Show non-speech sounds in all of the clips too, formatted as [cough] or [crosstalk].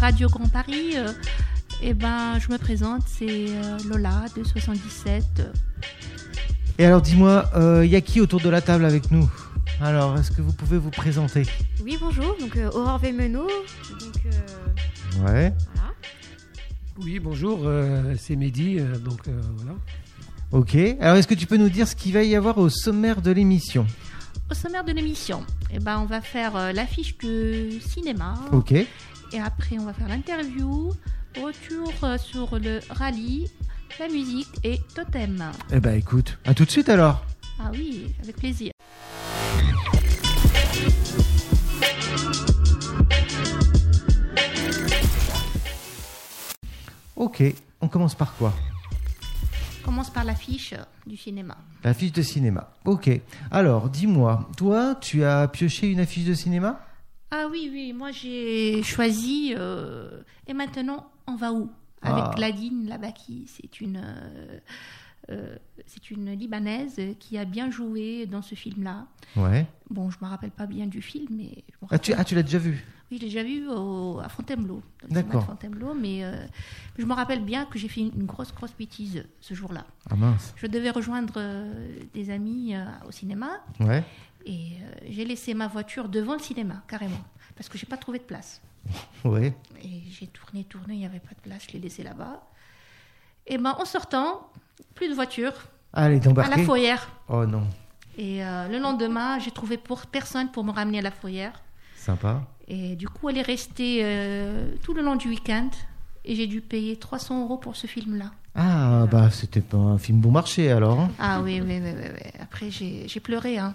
Radio Grand Paris. euh, eh ben, je me présente, c'est euh, Lola de euh, 77. Et alors dis-moi, il y a qui autour de la table avec nous Alors, est-ce que vous pouvez vous présenter Oui, bonjour, donc euh, Aurore Vémeneau. Donc, euh, Ouais. voilà. Oui, bonjour, euh, c'est Mehdi, euh, donc euh, voilà. Ok. Alors, est-ce que tu peux nous dire ce qu'il va y avoir au sommaire de l'émission Au sommaire de l'émission, eh ben, on va faire euh, l'affiche de cinéma. Ok. Et après, on va faire l'interview. Retour euh, sur le rallye, la musique et Totem. Eh ben écoute, à tout de suite alors. Ah oui, avec plaisir. Ok. On commence par quoi On commence par l'affiche du cinéma. L'affiche de cinéma. Ok. Alors, dis-moi, toi, tu as pioché une affiche de cinéma Ah oui, oui, moi j'ai choisi. euh, et maintenant, on va où Avec Ah. Gladine Labaki. C'est une, euh, euh, c'est une Libanaise qui a bien joué dans ce film-là. Ouais. Bon, je me rappelle pas bien du film, mais. Je me Ah, tu, rappelle- ah, tu l'as déjà vu Oui, je l'ai déjà vu au- à Fontainebleau. dans le cinéma de D'accord. Fontainebleau, mais euh, je me rappelle bien que j'ai fait une grosse, grosse bêtise ce jour-là. Ah mince. Je devais rejoindre euh, des amis euh, au cinéma Ouais. et euh, j'ai laissé ma voiture devant le cinéma, carrément, parce que j'ai pas trouvé de place. Ouais. Et j'ai tourné, tourné, il n'y avait pas de place, je l'ai laissé là-bas. Et ben en sortant, plus de voiture, Ah, elle est à la embarquée. fourrière. Oh non. Et euh, le lendemain, j'ai trouvé pour personne pour me ramener à la fourrière. Sympa. Et du coup, elle est restée euh, tout le long du week-end. Et j'ai dû payer 300 euros pour ce film-là. Ah, bah, c'était pas un film bon marché alors. hein. Ah oui, oui, oui, oui, oui. Après, j'ai j'ai pleuré. [laughs] hein.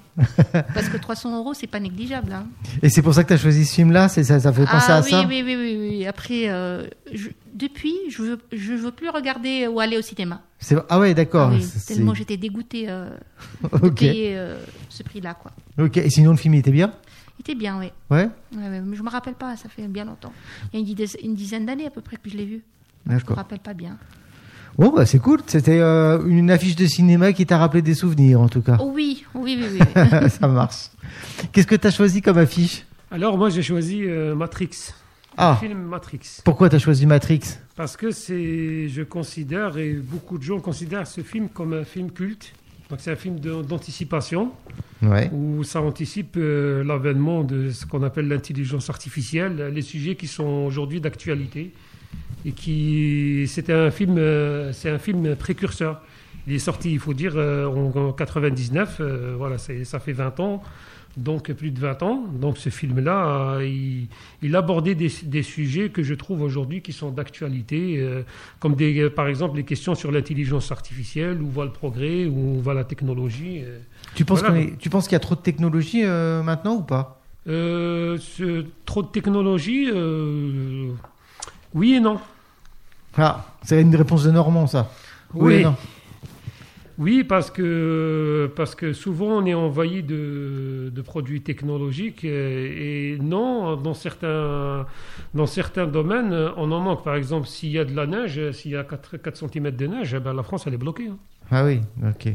Parce que 300 euros, c'est pas négligeable. hein. Et c'est pour ça que tu as choisi ce film-là C'est ça, ça fait penser ah à oui, ça oui, oui, oui, oui. Après, euh, je- depuis, je veux, je veux plus regarder ou aller au cinéma. C'est- Ah ouais, d'accord. Ah oui, C'est- tellement j'étais dégoûtée euh, de Ok. payer euh, ce prix-là. quoi. Ok. Et sinon, le film il était bien Il était bien, oui. Ouais. Ouais, ouais, mais je me rappelle pas, ça fait bien longtemps. Il y a une dizaine, une dizaine d'années à peu près que je l'ai vu. Je me D'accord. rappelle pas bien. Bon, bah, c'est cool. C'était euh, une affiche de cinéma qui t'a rappelé des souvenirs, en tout cas. Oh oui, oui, oui, oui. oui. [laughs] ça marche. Qu'est-ce que t'as choisi comme affiche Alors moi j'ai choisi euh, Matrix, Ah, le film Matrix, pourquoi t'as choisi Matrix parce que c'est, je considère, et beaucoup de gens considèrent ce film comme un film culte. Donc c'est un film de- d'anticipation Ouais. où ça anticipe euh, l'avènement de ce qu'on appelle l'intelligence artificielle, les sujets qui sont aujourd'hui d'actualité et qui c'était un film, euh, c'est un film précurseur. Il est sorti, il faut dire, euh, en, en 99. euh, voilà, c'est- ça fait 20 ans, donc plus de 20 ans. Donc ce film-là, euh, il, il abordait des, des sujets que je trouve aujourd'hui qui sont d'actualité, euh, comme des, euh, par exemple les questions sur l'intelligence artificielle, où va le progrès, où va la technologie. euh. Tu penses Voilà. qu'on est- tu penses qu'il y a trop de technologie euh, maintenant ou pas Euh, ce- trop de technologie, euh, oui et non. Ah, c'est une réponse de Normand, ça. Oui. non. Oui, parce que, parce que souvent on est envahi de, de produits technologiques euh, et non, dans certains, dans certains domaines, euh, on en manque. Par exemple, s'il y a de la neige, euh, s'il y a 4, cm de neige, eh ben, la France, elle est bloquée. hein. Ah oui, ok.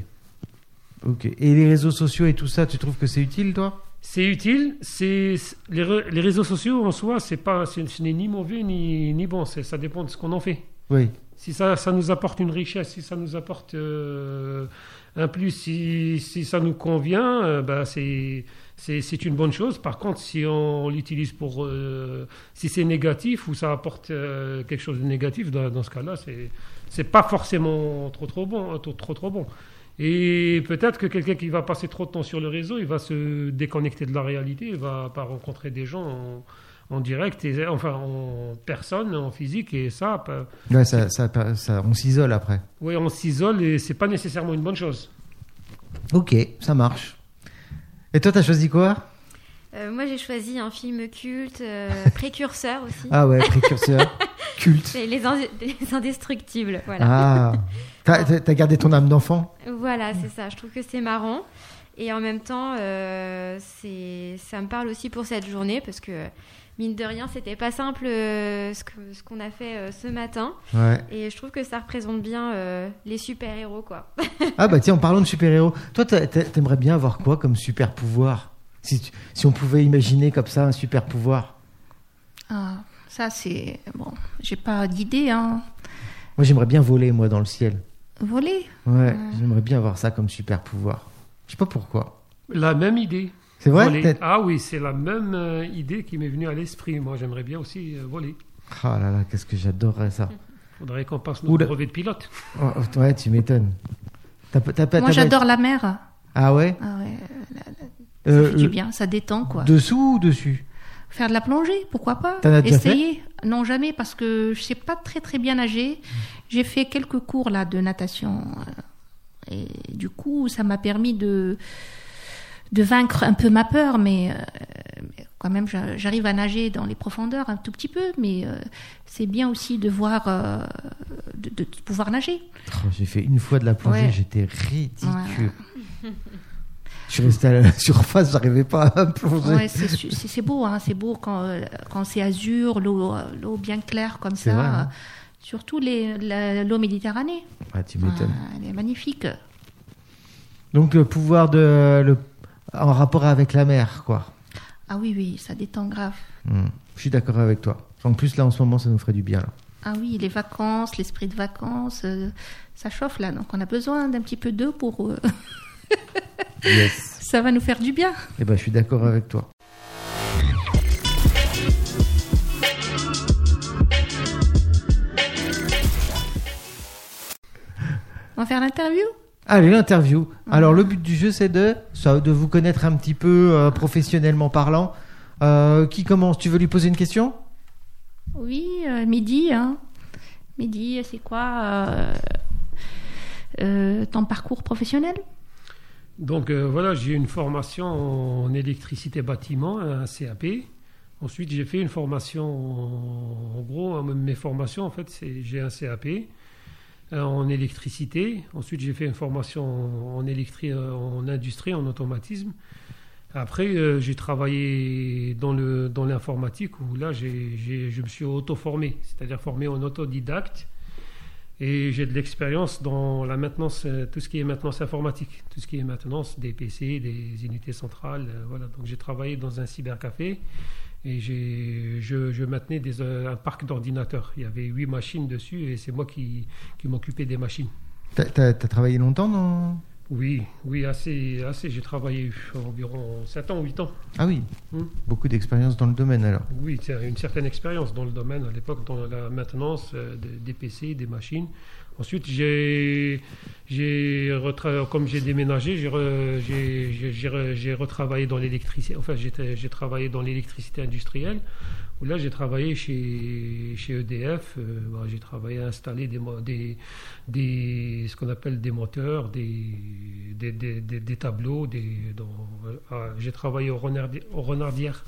Ok. Et les réseaux sociaux et tout ça, tu trouves que c'est utile, toi C'est utile. C'est c'est- les, re- les réseaux sociaux en soi, c'est pas, c'est- ce n'est ni mauvais ni, ni bon. c'est- Ça dépend de ce qu'on en fait. Oui. Si ça, ça nous apporte une richesse, si ça nous apporte euh, un plus, si, si ça nous convient, euh, bah, c'est c'est- c'est une bonne chose. Par contre, si on l'utilise pour... euh, si c'est négatif ou ça apporte euh, quelque chose de négatif, dans, dans ce cas-là, c'est c'est pas forcément trop trop bon. hein, Trop, trop, trop bon. Et peut-être que quelqu'un qui va passer trop de temps sur le réseau, il va se déconnecter de la réalité, il va pas rencontrer des gens en, en direct, et, enfin en personne, en physique, et ça... peut- Ouais, ça, ça, ça- on s'isole après. oui, on s'isole et c'est pas nécessairement une bonne chose. Ok, ça marche. Et toi, t'as choisi quoi Euh, moi, j'ai choisi un film culte, euh, [laughs] précurseur aussi. Ah ouais, précurseur, [laughs] culte. C'est les, Ind- [laughs] les Indestructibles, voilà. Ah, t'as t'as- t'as gardé ton âme d'enfant Voilà, c'est ça. Je trouve que c'est marrant. Et en même temps, euh, c'est- ça me parle aussi pour cette journée parce que, mine de rien, c'était pas simple euh, ce que- ce qu'on a fait euh, ce matin. Ouais. Et je trouve que ça représente bien euh, les super-héros, quoi. [laughs] Ah bah tiens, en parlant de super-héros, toi, t'a- t'a- t'aimerais bien avoir quoi comme super-pouvoir si, tu- si on pouvait imaginer comme ça un super-pouvoir Ah, ça, Ça, c'est. Bon, j'ai pas d'idée. Hein. Moi, j'aimerais bien voler, moi, dans le ciel. Voler Ouais, j'aimerais bien avoir ça comme super pouvoir. Je sais pas pourquoi. La même idée. C'est vrai Voler. peut-être Ah oui, c'est la même euh, idée qui m'est venue à l'esprit. Moi, j'aimerais bien aussi euh, voler. Ah là là, qu'est-ce que j'adorerais ça. Faudrait qu'on passe notre Oula. brevet de pilote. Oh, ouais, tu m'étonnes. T'as pas- t'as pas- Moi, Bah, t'as pas- j'adore la mer. Ah ouais Ah ouais, ça Euh, fait du euh, bien, ça détend, quoi. Dessous ou dessus Faire de la plongée, pourquoi pas T'en as déjà fait Essayer Non, jamais, parce que je sais pas très très bien nager. Mmh. J'ai fait quelques cours là de natation. euh, Et du coup, ça m'a permis de, de vaincre un peu ma peur, mais, euh, mais quand même, j'a- j'arrive à nager dans les profondeurs un tout petit peu, mais euh, c'est bien aussi de voir, euh, de, de pouvoir nager. Oh, J'ai fait une fois de la plongée, Ouais. j'étais ridicule. [laughs] Je suis resté à la [laughs] surface, j'arrivais pas à me plonger. Ouais, c'est su- c'est c'est beau, hein, c'est beau quand, euh, quand c'est azur, l'eau euh, l'eau bien claire comme C'est ça. vrai, hein. Surtout les- la- l'eau Méditerranée. Ah, tu m'étonnes. Ah, elle est magnifique. Donc le pouvoir de le en rapport avec la mer, quoi. Ah oui, oui, ça détend grave. Hmm. Je suis d'accord avec toi. En plus là, en ce moment, ça nous ferait du bien. Là. Ah oui, les vacances, l'esprit de vacances, euh, ça chauffe là. Donc on a besoin d'un petit peu d'eau pour. euh, [laughs] Yes. ça va nous faire du bien. Eh ben, je suis d'accord avec toi. On va faire l'interview Allez, l'interview. Alors, le but du jeu, c'est de, ça, de vous connaître un petit peu euh, professionnellement parlant. Euh, qui commence Tu veux lui poser une question Oui, euh, midi. Hein. Midi, c'est quoi euh, euh, ton parcours professionnel Donc euh, voilà, j'ai une formation en électricité bâtiment, un CAP. Ensuite, j'ai fait une formation, en, en gros, hein, mes formations, en fait, c'est j'ai un CAP euh, en électricité. Ensuite, j'ai fait une formation en, en électri- euh, en industrie, en automatisme. Après, euh, j'ai travaillé dans le dans l'informatique où là, j'ai- j'ai- je me suis auto-formé, c'est-à-dire formé en autodidacte. Et j'ai de l'expérience dans la maintenance, euh, tout ce qui est maintenance informatique, tout ce qui est maintenance des PC, des unités centrales. euh, voilà. Donc j'ai travaillé dans un cybercafé et j'ai- je, je maintenais des, euh, un parc d'ordinateurs. Il y avait huit machines dessus et c'est moi qui, qui m'occupais des machines. T'as t'as- t'as travaillé longtemps dans Oui, oui, assez, assez. J'ai travaillé environ 7 ans, 8 ans. Ah oui. Hmm. Beaucoup d'expérience dans le domaine alors. Oui, c'est une certaine expérience dans le domaine à l'époque, dans la maintenance euh, de- des PC, des machines. Ensuite, j'ai, j'ai retra- comme j'ai déménagé, j'ai, re- j'ai- j'ai- j'ai re- j'ai retravaillé dans l'électricité. Enfin, j'étais- j'ai travaillé dans l'électricité industrielle. Où là, j'ai travaillé chez, chez EDF. euh, bah, j'ai travaillé à installer des, mo- des, des- ce qu'on appelle des moteurs, des, des, des- des- des tableaux. Des, dans- ah, j'ai travaillé au, Renardi- au Renardière,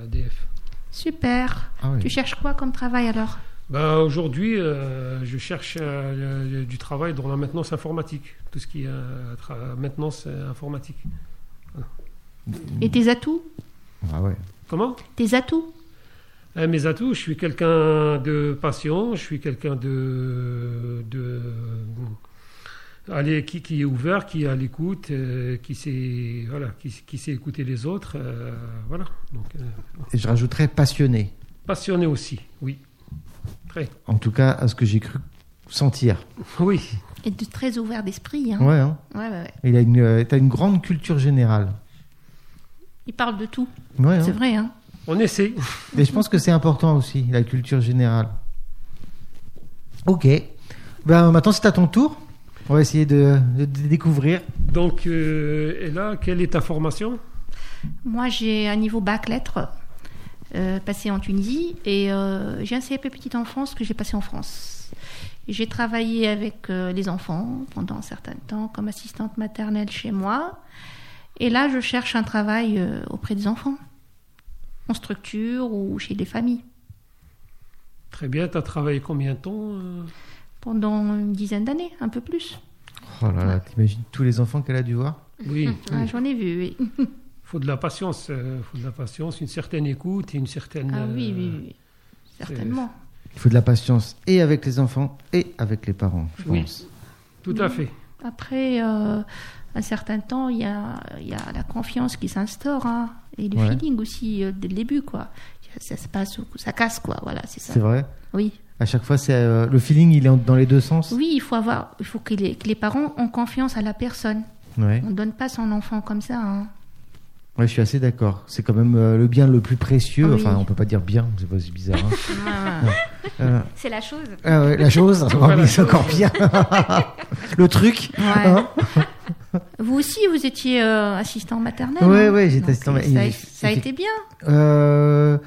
à E EDF. Super. Ah oui. Tu cherches quoi comme travail alors Ben, Aujourd'hui, euh, je cherche euh, le- le- du travail dans la maintenance informatique, tout ce qui est euh, tra- maintenance euh, informatique. Mm. Et tes atouts Ah ouais. Comment Tes atouts Euh, Mes atouts, je suis quelqu'un de patient, je suis quelqu'un de, de allez, qui, qui est ouvert, qui est à l'écoute, euh, qui sait voilà, qui, qui sait écouter les autres, euh, voilà. Donc euh, Et je rajouterais passionné. passionné aussi, oui, [laughs] très, En tout cas, à ce que j'ai cru sentir. oui. Et de très ouvert d'esprit. Hein. Ouais. Hein. Ouais, ouais, ouais. Il a une, euh, t'as une grande culture générale. Il parle de tout. Ouais. C'est hein. vrai, hein On essaie. Et je pense que c'est important aussi, la culture générale. Ok. Ben, maintenant, c'est à ton tour. On va essayer de, de- de découvrir. Donc, euh, et là, quelle est ta formation Moi, j'ai un niveau bac lettres, euh, passé en Tunisie, et euh, j'ai un CAP petite enfance que j'ai passé en France. Et J'ai travaillé avec euh, les enfants pendant un certain temps comme assistante maternelle chez moi. Et là, je cherche un travail euh, auprès des enfants, en structure ou chez des familles, Très bien, tu as travaillé combien de temps euh pendant une dizaine d'années, un peu plus. Oh là là, t'imagines tous les enfants qu'elle a dû voir Oui, Ah, J'en ai vu, oui. faut de la patience, euh, faut de la patience, une certaine écoute et une certaine Ah oui, euh, oui, oui. Certainement. Il faut de la patience et avec les enfants et avec les parents, je Oui. pense. Tout à fait. Après euh, un certain temps, il y a, il y a la confiance qui s'instaure hein, et le Ouais. feeling aussi euh, dès le début. quoi. ça se passe ou ça casse, quoi. Voilà, c'est ça. C'est vrai. Oui. À chaque fois, c'est euh, le feeling, il est en- dans les deux sens. Oui, il faut avoir, il faut que les, que les parents ont confiance à la personne. Ouais. On ne donne pas son enfant comme ça. hein. Ouais, je suis assez d'accord. C'est quand même euh, le bien le plus précieux. Oui. Enfin, on peut pas dire bien, c'est pas si bizarre. hein. [laughs] Euh, C'est la chose. ah ouais, la chose, Voilà. oui, c'est encore [laughs] pire. le truc. Ouais. hein. Vous aussi, vous étiez euh, assistant maternel. Ouais, hein ouais, j'étais Donc, assistant euh, Ça, a- maternel. ça a été bien. Euh,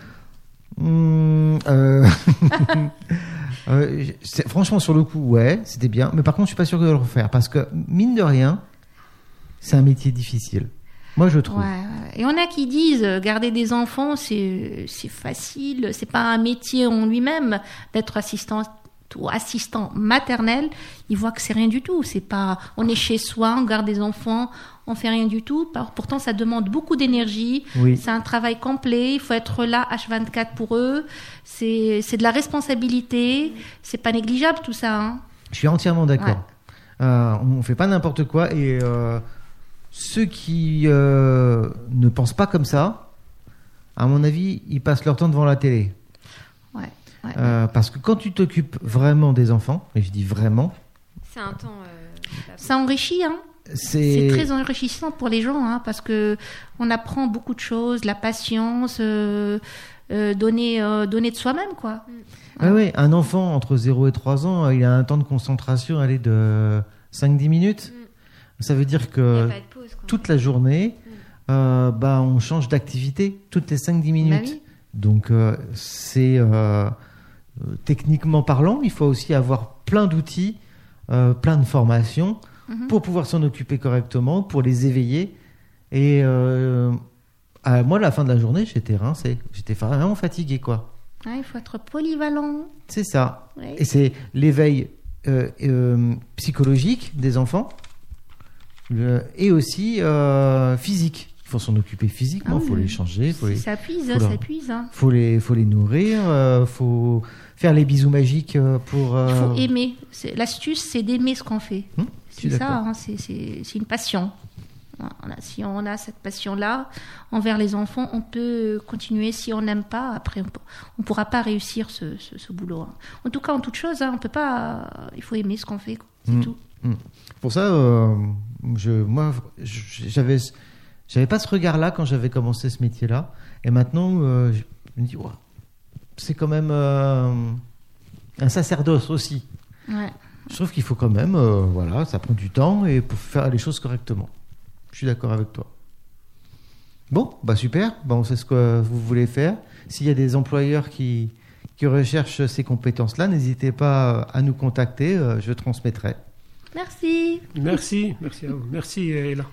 hum, euh, [laughs] euh, j- c'est- franchement, sur le coup, ouais, c'était bien. Mais par contre, je suis pas sûr de le refaire parce que mine de rien, c'est un métier difficile. Moi, je Ouais, trouve. ouais. Et on a qui disent euh, garder des enfants, c'est c'est facile, c'est pas un métier en lui-même d'être assistant ou assistant maternel. Ils voient que c'est rien du tout. C'est pas, on est chez soi, on garde des enfants, on fait rien du tout. Par- Pourtant, ça demande beaucoup d'énergie. Oui. C'est un travail complet. Il faut être là H24 pour eux. C'est c'est de la responsabilité. C'est pas négligeable tout ça. hein. Je suis entièrement d'accord. Ouais. Euh, on fait pas n'importe quoi et euh, ceux qui euh, ne pensent pas comme ça, à mon avis, ils passent leur temps devant la télé. Ouais, ouais. Euh, parce que quand tu t'occupes vraiment des enfants, et je dis vraiment, C'est un temps. euh, pas- Ça enrichit, hein. C'est c'est très enrichissant pour les gens, hein, parce que on apprend beaucoup de choses, la patience, euh, euh, donner, euh, donner de soi-même, quoi. Ah ouais, un enfant entre 0 et 3 ans, euh, il a un temps de concentration allez, de 5-10 minutes. Ça veut dire Il n'y que a pas de pause. Quoi. toute la journée, euh, bah, on change d'activité toutes les 5-10 minutes. Bah oui. Donc euh, c'est euh, euh, techniquement parlant, il faut aussi avoir plein d'outils, euh, plein de formations Mhm. pour pouvoir s'en occuper correctement, pour les éveiller. Et euh, à moi, la fin de la journée, j'étais rincé, j'étais vraiment fatigué quoi. Ouais, il faut être polyvalent. C'est ça. ouais. Et c'est l'éveil euh, euh, psychologique des enfants le- et aussi euh, physique. Il faut s'en occuper physiquement, Ah il faut oui. les changer, il faut les Ça puise, Faut leur- ça puise. hein. faut les, faut les nourrir, euh, faut faire les bisous magiques euh, pour. Il euh, faut aimer. C'est- L'astuce, c'est d'aimer ce qu'on fait. Hmm, je suis c'est ça, d'accord. hein, c'est- c'est c'est une passion. Voilà, si on a cette passion-là envers les enfants, on peut continuer. Si on n'aime pas, après, on ne pourra pas réussir ce, ce- ce boulot. hein. En tout cas, en toute chose, hein, on peut pas. Il faut aimer ce qu'on fait. quoi. C'est Hmm. tout. Pour ça, euh, je, moi, je- j'avais, j'avais pas ce regard-là quand j'avais commencé ce métier-là, et maintenant, euh, je me dis, Ouah, c'est quand même euh, un sacerdoce aussi. Ouais. Je trouve qu'il faut quand même, euh, voilà, ça prend du temps et pour faire les choses correctement. Je suis d'accord avec toi. Bon, bah super, bah on sait ce que vous voulez faire. S'il y a des employeurs qui, qui recherchent ces compétences-là, n'hésitez pas à nous contacter, euh, je transmettrai. Merci. Merci, merci à vous. Merci, euh, Ella.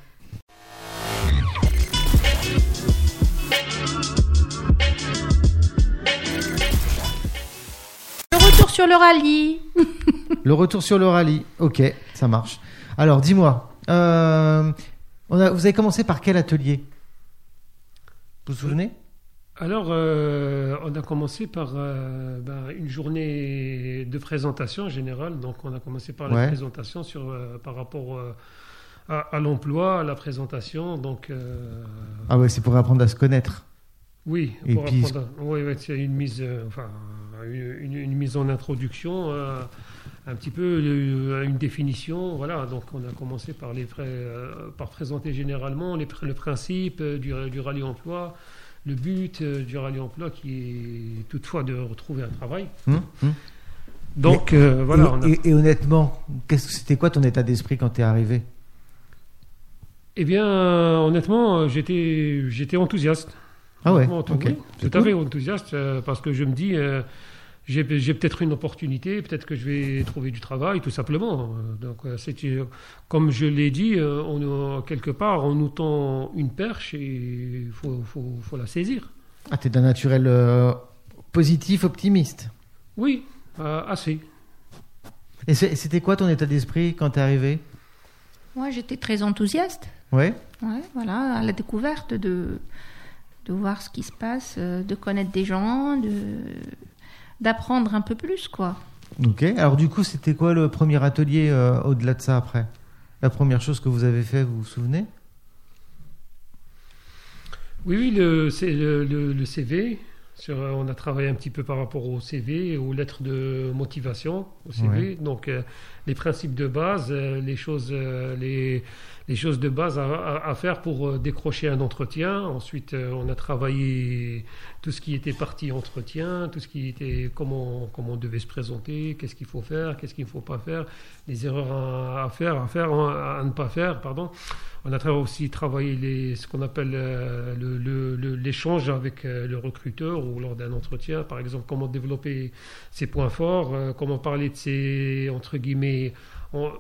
Le retour sur le rallye. Le retour sur le rallye, ok, ça marche. Alors dis-moi, euh, on a- vous avez commencé par quel atelier Vous vous souvenez Alors, euh, on a commencé par euh, ben, une journée de présentation générale. Donc, on a commencé par Ouais. la présentation sur, euh, par rapport euh, à, à l'emploi, à la présentation. Donc, euh, Ah ouais, c'est pour apprendre à se connaître. oui, Et pour puis- apprendre. Oui, oui, c'est une mise, euh, enfin, une, une- une mise en introduction, euh, un petit peu euh, une définition. Voilà. Donc, on a commencé par les pré- euh, par présenter généralement les pr- le principe euh, du, du rallye emploi. Le but euh, du rallye emploi qui est toutefois de retrouver un travail. Hum, hum. Donc euh, voilà, et, on a- et- et honnêtement, qu'est-ce que- c'était quoi ton état d'esprit quand t'es arrivé Eh bien, euh, honnêtement, euh, j'étais, j'étais enthousiaste. Ah ouais, Honnêtement, tout- ok. oui, C'est tout à cool. fait enthousiaste euh, parce que je me dis, euh, j'ai, j'ai peut-être une opportunité, peut-être que je vais trouver du travail, tout simplement. Euh, Donc, euh, c'est, euh, comme je l'ai dit, euh, on, euh, quelque part, on nous tend une perche et il faut, faut- faut la saisir. Ah, t'es d'un naturel euh, positif, optimiste. Oui, euh, assez. Et c'est- c'était quoi ton état d'esprit quand t'es arrivé Moi, j'étais très enthousiaste. Ouais. Ouais, voilà, à la découverte de, de voir ce qui se passe, euh, de connaître des gens, de d'apprendre un peu plus, quoi. Ok. Alors du coup, c'était quoi le premier atelier euh, au-delà de ça après La première chose que vous avez fait, vous vous souvenez Oui, oui, le, c'est le, le- le CV. Sur, euh, on a travaillé un petit peu par rapport au CV, aux lettres de motivation au CV. Donc, euh, les principes de base, euh, les choses, euh, les, les choses de base à, à- à faire pour euh, décrocher un entretien. Ensuite, euh, on a travaillé tout ce qui était partie entretien, tout ce qui était comment, comment on devait se présenter, qu'est-ce qu'il faut faire, qu'est-ce qu'il ne faut pas faire, les erreurs à, à faire, à faire, hein, à, à ne pas faire, pardon. On a tra- aussi travaillé les, ce qu'on appelle euh, le- le- le- l'échange avec euh, le recruteur ou lors d'un entretien, par exemple, comment développer ses points forts, euh, comment parler de ses, entre guillemets, on-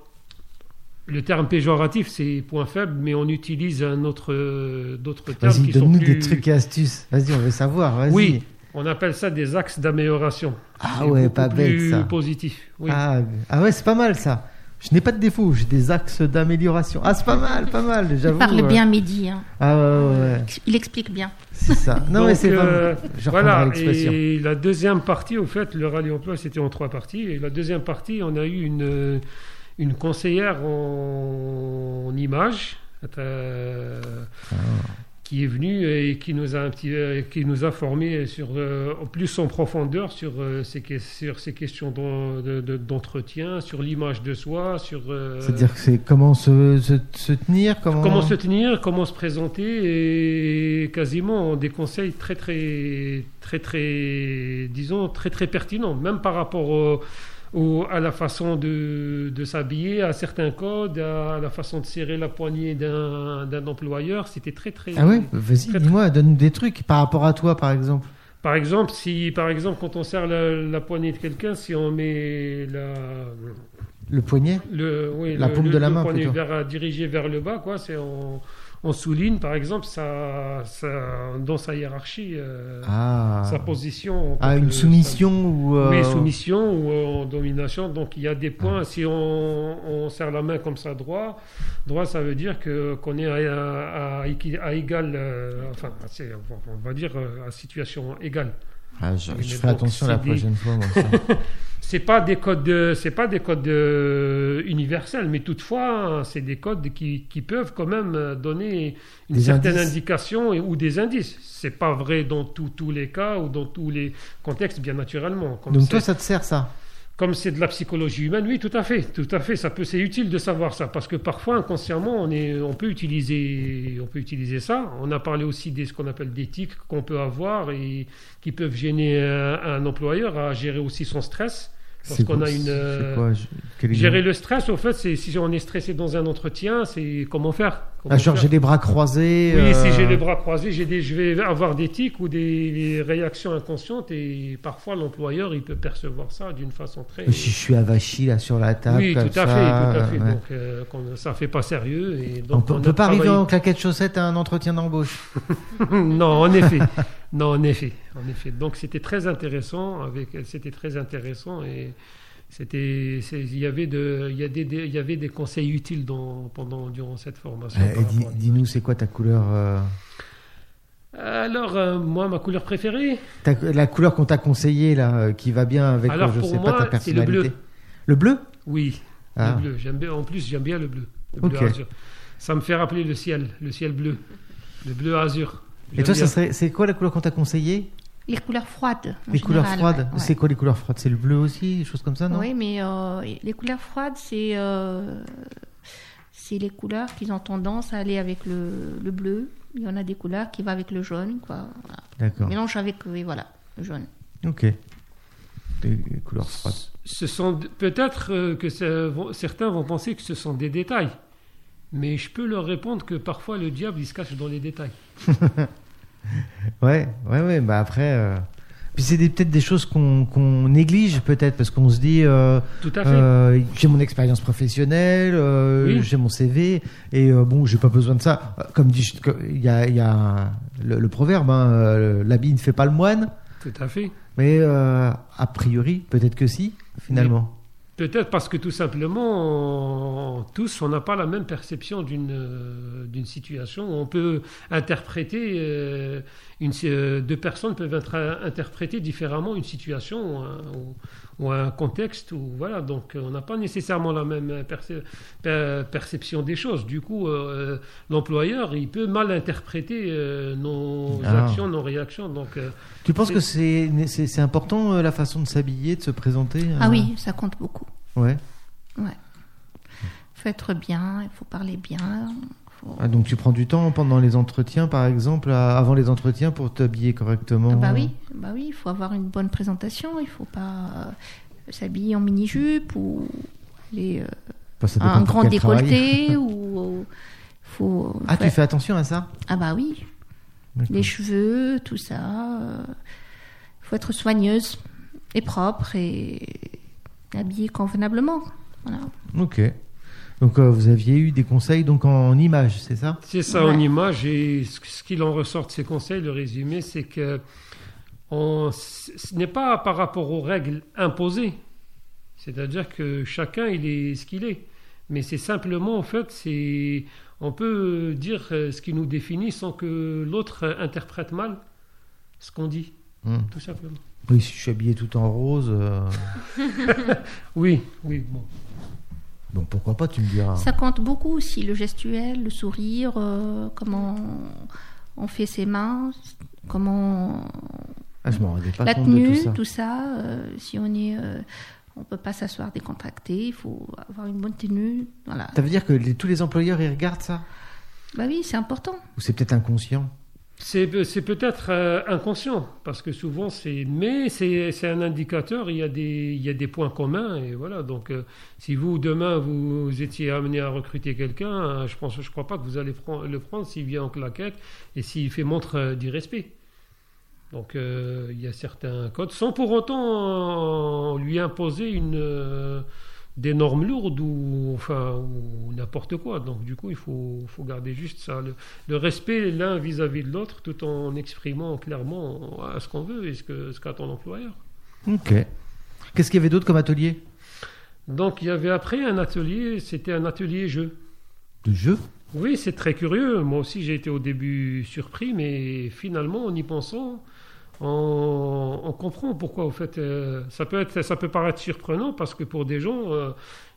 le terme péjoratif, c'est points faibles, mais on utilise un autre, euh, d'autres termes Vas-y, qui sont donne-nous plus... des trucs et astuces. Vas-y, on veut savoir. Vas-y. Oui. On appelle ça des axes d'amélioration. Ah C'est ouais, beaucoup pas bête plus ça. positif. Oui. Ah, ah ouais, c'est pas mal ça. Je n'ai pas de défaut, j'ai des axes d'amélioration. Ah, c'est pas mal, pas mal, Il j'avoue. parle ouais. bien midi. hein. Ah ouais, ouais, ouais, Il explique bien. c'est ça. Non, mais Donc, c'est pas euh, mal. Je reprendrai Voilà, l'expression. et euh, la deuxième partie, au fait, le rallye emploi, c'était en trois parties. Et la deuxième partie, on a eu une, euh, une conseillère en, en images euh, qui est venue et qui nous a, un petit, euh, qui nous a formé sur, euh, en plus en profondeur sur, euh, ces, que- sur ces questions d'en- de- de- d'entretien, sur l'image de soi, sur... euh, C'est-à-dire que c'est comment se, se, se tenir, comment. Comment se tenir, comment se présenter, et quasiment des conseils très très très très disons très très pertinents, même par rapport au- au- à la façon de, de s'habiller, à certains codes, à la façon de serrer la poignée d'un d'un employeur, c'était très très. Ah ouais, vas-y, Très, dis-moi, donne-nous des trucs par rapport à toi, par exemple. Par exemple, si par exemple quand on serre la, la poignée de quelqu'un, si on met la Le poignet le, oui, La le- paume le- de la le main, poignet plutôt. vers- euh, dirigé vers le bas, quoi. C'est on, on souligne, par exemple, ça, dans sa hiérarchie, euh, Ah. sa position. en Ah, tant une que- soumission ou. euh, Ah. Oui, soumission ou euh, en domination. Donc il y a des points. Si on, on serre la main comme ça droit, droit, ça veut dire que qu'on est à, à- à équi- à égal. euh, enfin, c'est- on va dire euh, à situation égale. Ah, je, Oui, je mais ferai donc, attention c'est la des- prochaine fois. moi, ça. C'est pas des codes, euh, c'est pas des codes euh, universels, mais toutefois, hein, c'est des codes qui, qui peuvent quand même euh, donner une Des certaine indices. indication et- ou des indices. C'est pas vrai dans tous- tous les cas ou dans tous les contextes, bien naturellement. [laughs] Comme Donc c'est- toi, ça te sert ça comme c'est de la psychologie humaine, oui, tout à fait, tout à fait. Ça peut, c'est utile de savoir ça parce que parfois inconsciemment, on est, on peut utiliser, on peut utiliser ça. On a parlé aussi de ce qu'on appelle des tics qu'on peut avoir et qui peuvent gêner un, un employeur à gérer aussi son stress. Parce C'est qu'on quoi- a une, c'est euh, quoi, je- quel Gérer exemple le stress, au fait, c'est si on est stressé dans un entretien, c'est comment faire Comment Ah, genre, faire j'ai les bras croisés. oui, euh, si j'ai les bras croisés, j'ai des, je vais avoir des tics ou des réactions inconscientes et parfois l'employeur il peut percevoir ça d'une façon très. Si je suis avachi là sur la table. Oui, tout à comme ça, fait, tout à fait. ouais. Donc, euh, qu'on- ça fait pas sérieux. Et On donc, peut, on a peut pas arriver travaillé- en claquette chaussette à un entretien d'embauche. [laughs] non, en [laughs] effet. Non, en effet. En effet. Donc, c'était très intéressant. Avec, c'était très intéressant et c'était, c'est- il y avait de, il y a des, des- il y avait des conseils utiles dans, pendant, durant cette formation. Euh, par dis- rapport à- Dis-nous, c'est quoi ta couleur euh, Alors, euh, moi, ma couleur préférée, ta- La couleur qu'on t'a conseillée là, euh, qui va bien avec, Alors, euh, je pour sais pas, moi, ta c'est le personnalité bleu. Le bleu oui, Ah. le bleu. J'aime bien. En plus, j'aime bien le bleu. Le bleu Ok. azur. Ça me fait rappeler le ciel, le ciel bleu, le bleu azur. Et J'aime toi, ça bien. serait, c'est quoi la couleur qu'on t'a conseillée Les couleurs froides. en Les couleurs général, froides. ouais, C'est quoi les couleurs froides C'est le bleu aussi, des choses comme ça, non Oui, mais euh, les couleurs froides, c'est euh, c'est les couleurs qui ont tendance à aller avec le, le bleu. Il y en a des couleurs qui vont avec le jaune, quoi. Voilà. D'accord. Mélange avec, oui, voilà, le jaune. Ok. Les les couleurs froides. Ce sont d- peut-être euh, que ça- vont- certains vont penser que ce sont des détails, mais je peux leur répondre que parfois le diable il se cache dans les détails. Ouais, ouais, ouais. Bah après. euh, Puis c'est des- peut-être des choses qu'on qu'on néglige, peut-être, parce qu'on se dit euh, Tout à fait. euh, j'ai mon expérience professionnelle, euh, Oui. j'ai mon CV, et euh, bon, j'ai pas besoin de ça. Euh, Comme dit, je- que- il y a, il y a un- le, le proverbe hein, euh, l'habit ne fait pas le moine, Tout à fait. mais euh, a priori, peut-être que si, finalement. Peut-être parce que tout simplement, on- tous, on n'a pas la même perception d'une euh, d'une situation. On peut interpréter, euh, une, si- euh, deux personnes peuvent intra- interpréter différemment une situation ou un, ou- ou un contexte. Ou, voilà, donc euh, on n'a pas nécessairement la même perce- per- perception des choses. Du coup, euh, l'employeur, il peut mal interpréter euh, nos Ah. actions, nos réactions. Donc, euh, Tu penses C'est- que c'est né- c'est c'est important euh, la façon de s'habiller, de se présenter euh, Ah oui, ça compte beaucoup. Ouais. Il faut être bien, il faut parler bien. faut- Ah, donc tu prends du temps pendant les entretiens, par exemple, à- avant les entretiens pour t'habiller correctement. Ah bah oui, bah oui, il faut avoir une bonne présentation, il faut pas euh, s'habiller en mini-jupe ou aller euh, Enfin, ça à dépend un pour grand quel travail. décolleté [laughs] ou euh, faut Ah, ouais. tu fais attention à ça Ah bah oui, D'accord. les cheveux, tout ça. Il faut être soigneuse et propre et habillée convenablement. Voilà. Ok. Donc euh, vous aviez eu des conseils donc en, en images, c'est ça C'est ça Ouais. en image et ce ce qu'il en ressort de ces conseils, le résumé, c'est que on, ce ce n'est pas par rapport aux règles imposées, c'est-à-dire que chacun il est ce qu'il est, mais c'est simplement en fait c'est on peut dire euh, ce qui nous définit sans que l'autre euh, interprète mal ce qu'on dit, Hmm. tout simplement. Oui, si je suis habillé tout en rose, euh, Oui, oui, bon. bon pourquoi pas, tu me diras. Ça compte beaucoup aussi, le gestuel, le sourire, euh, comment on fait ses mains, comment Ah, je m'en rendais pas la compte tenue, de tout ça. euh, si on est, euh, on peut pas s'asseoir décontracté, il faut avoir une bonne tenue, voilà. Ça veut dire que les- tous les employeurs ils regardent ça Bah oui, c'est important. Ou c'est peut-être inconscient C'est c'est peut-être euh, inconscient, parce que souvent c'est. Mais c'est c'est un indicateur, il y, a des, il y a des points communs, et voilà. Donc, euh, si vous, demain, vous étiez amené à recruter quelqu'un, euh, je pense, je crois pas que vous allez pren- le prendre s'il vient en claquette et s'il fait montre euh, d'irrespect. Donc, euh, il y a certains codes, sans pour autant euh, lui imposer une, euh, des normes lourdes ou, enfin, ou n'importe quoi. Donc, du coup, il faut, faut garder juste ça. le- le respect l'un vis-à-vis de l'autre tout en exprimant clairement euh, ce qu'on veut et ce que- ce qu'attend l'employeur. Ok. Qu'est-ce qu'il y avait d'autre comme atelier Donc il y avait après un atelier, c'était un atelier jeu. De jeu Oui, c'est très curieux. Moi aussi, j'ai été au début surpris, mais finalement, en y pensant, on, on comprend pourquoi. Au fait, euh, ça peut être, ça peut paraître surprenant parce que pour des gens, euh,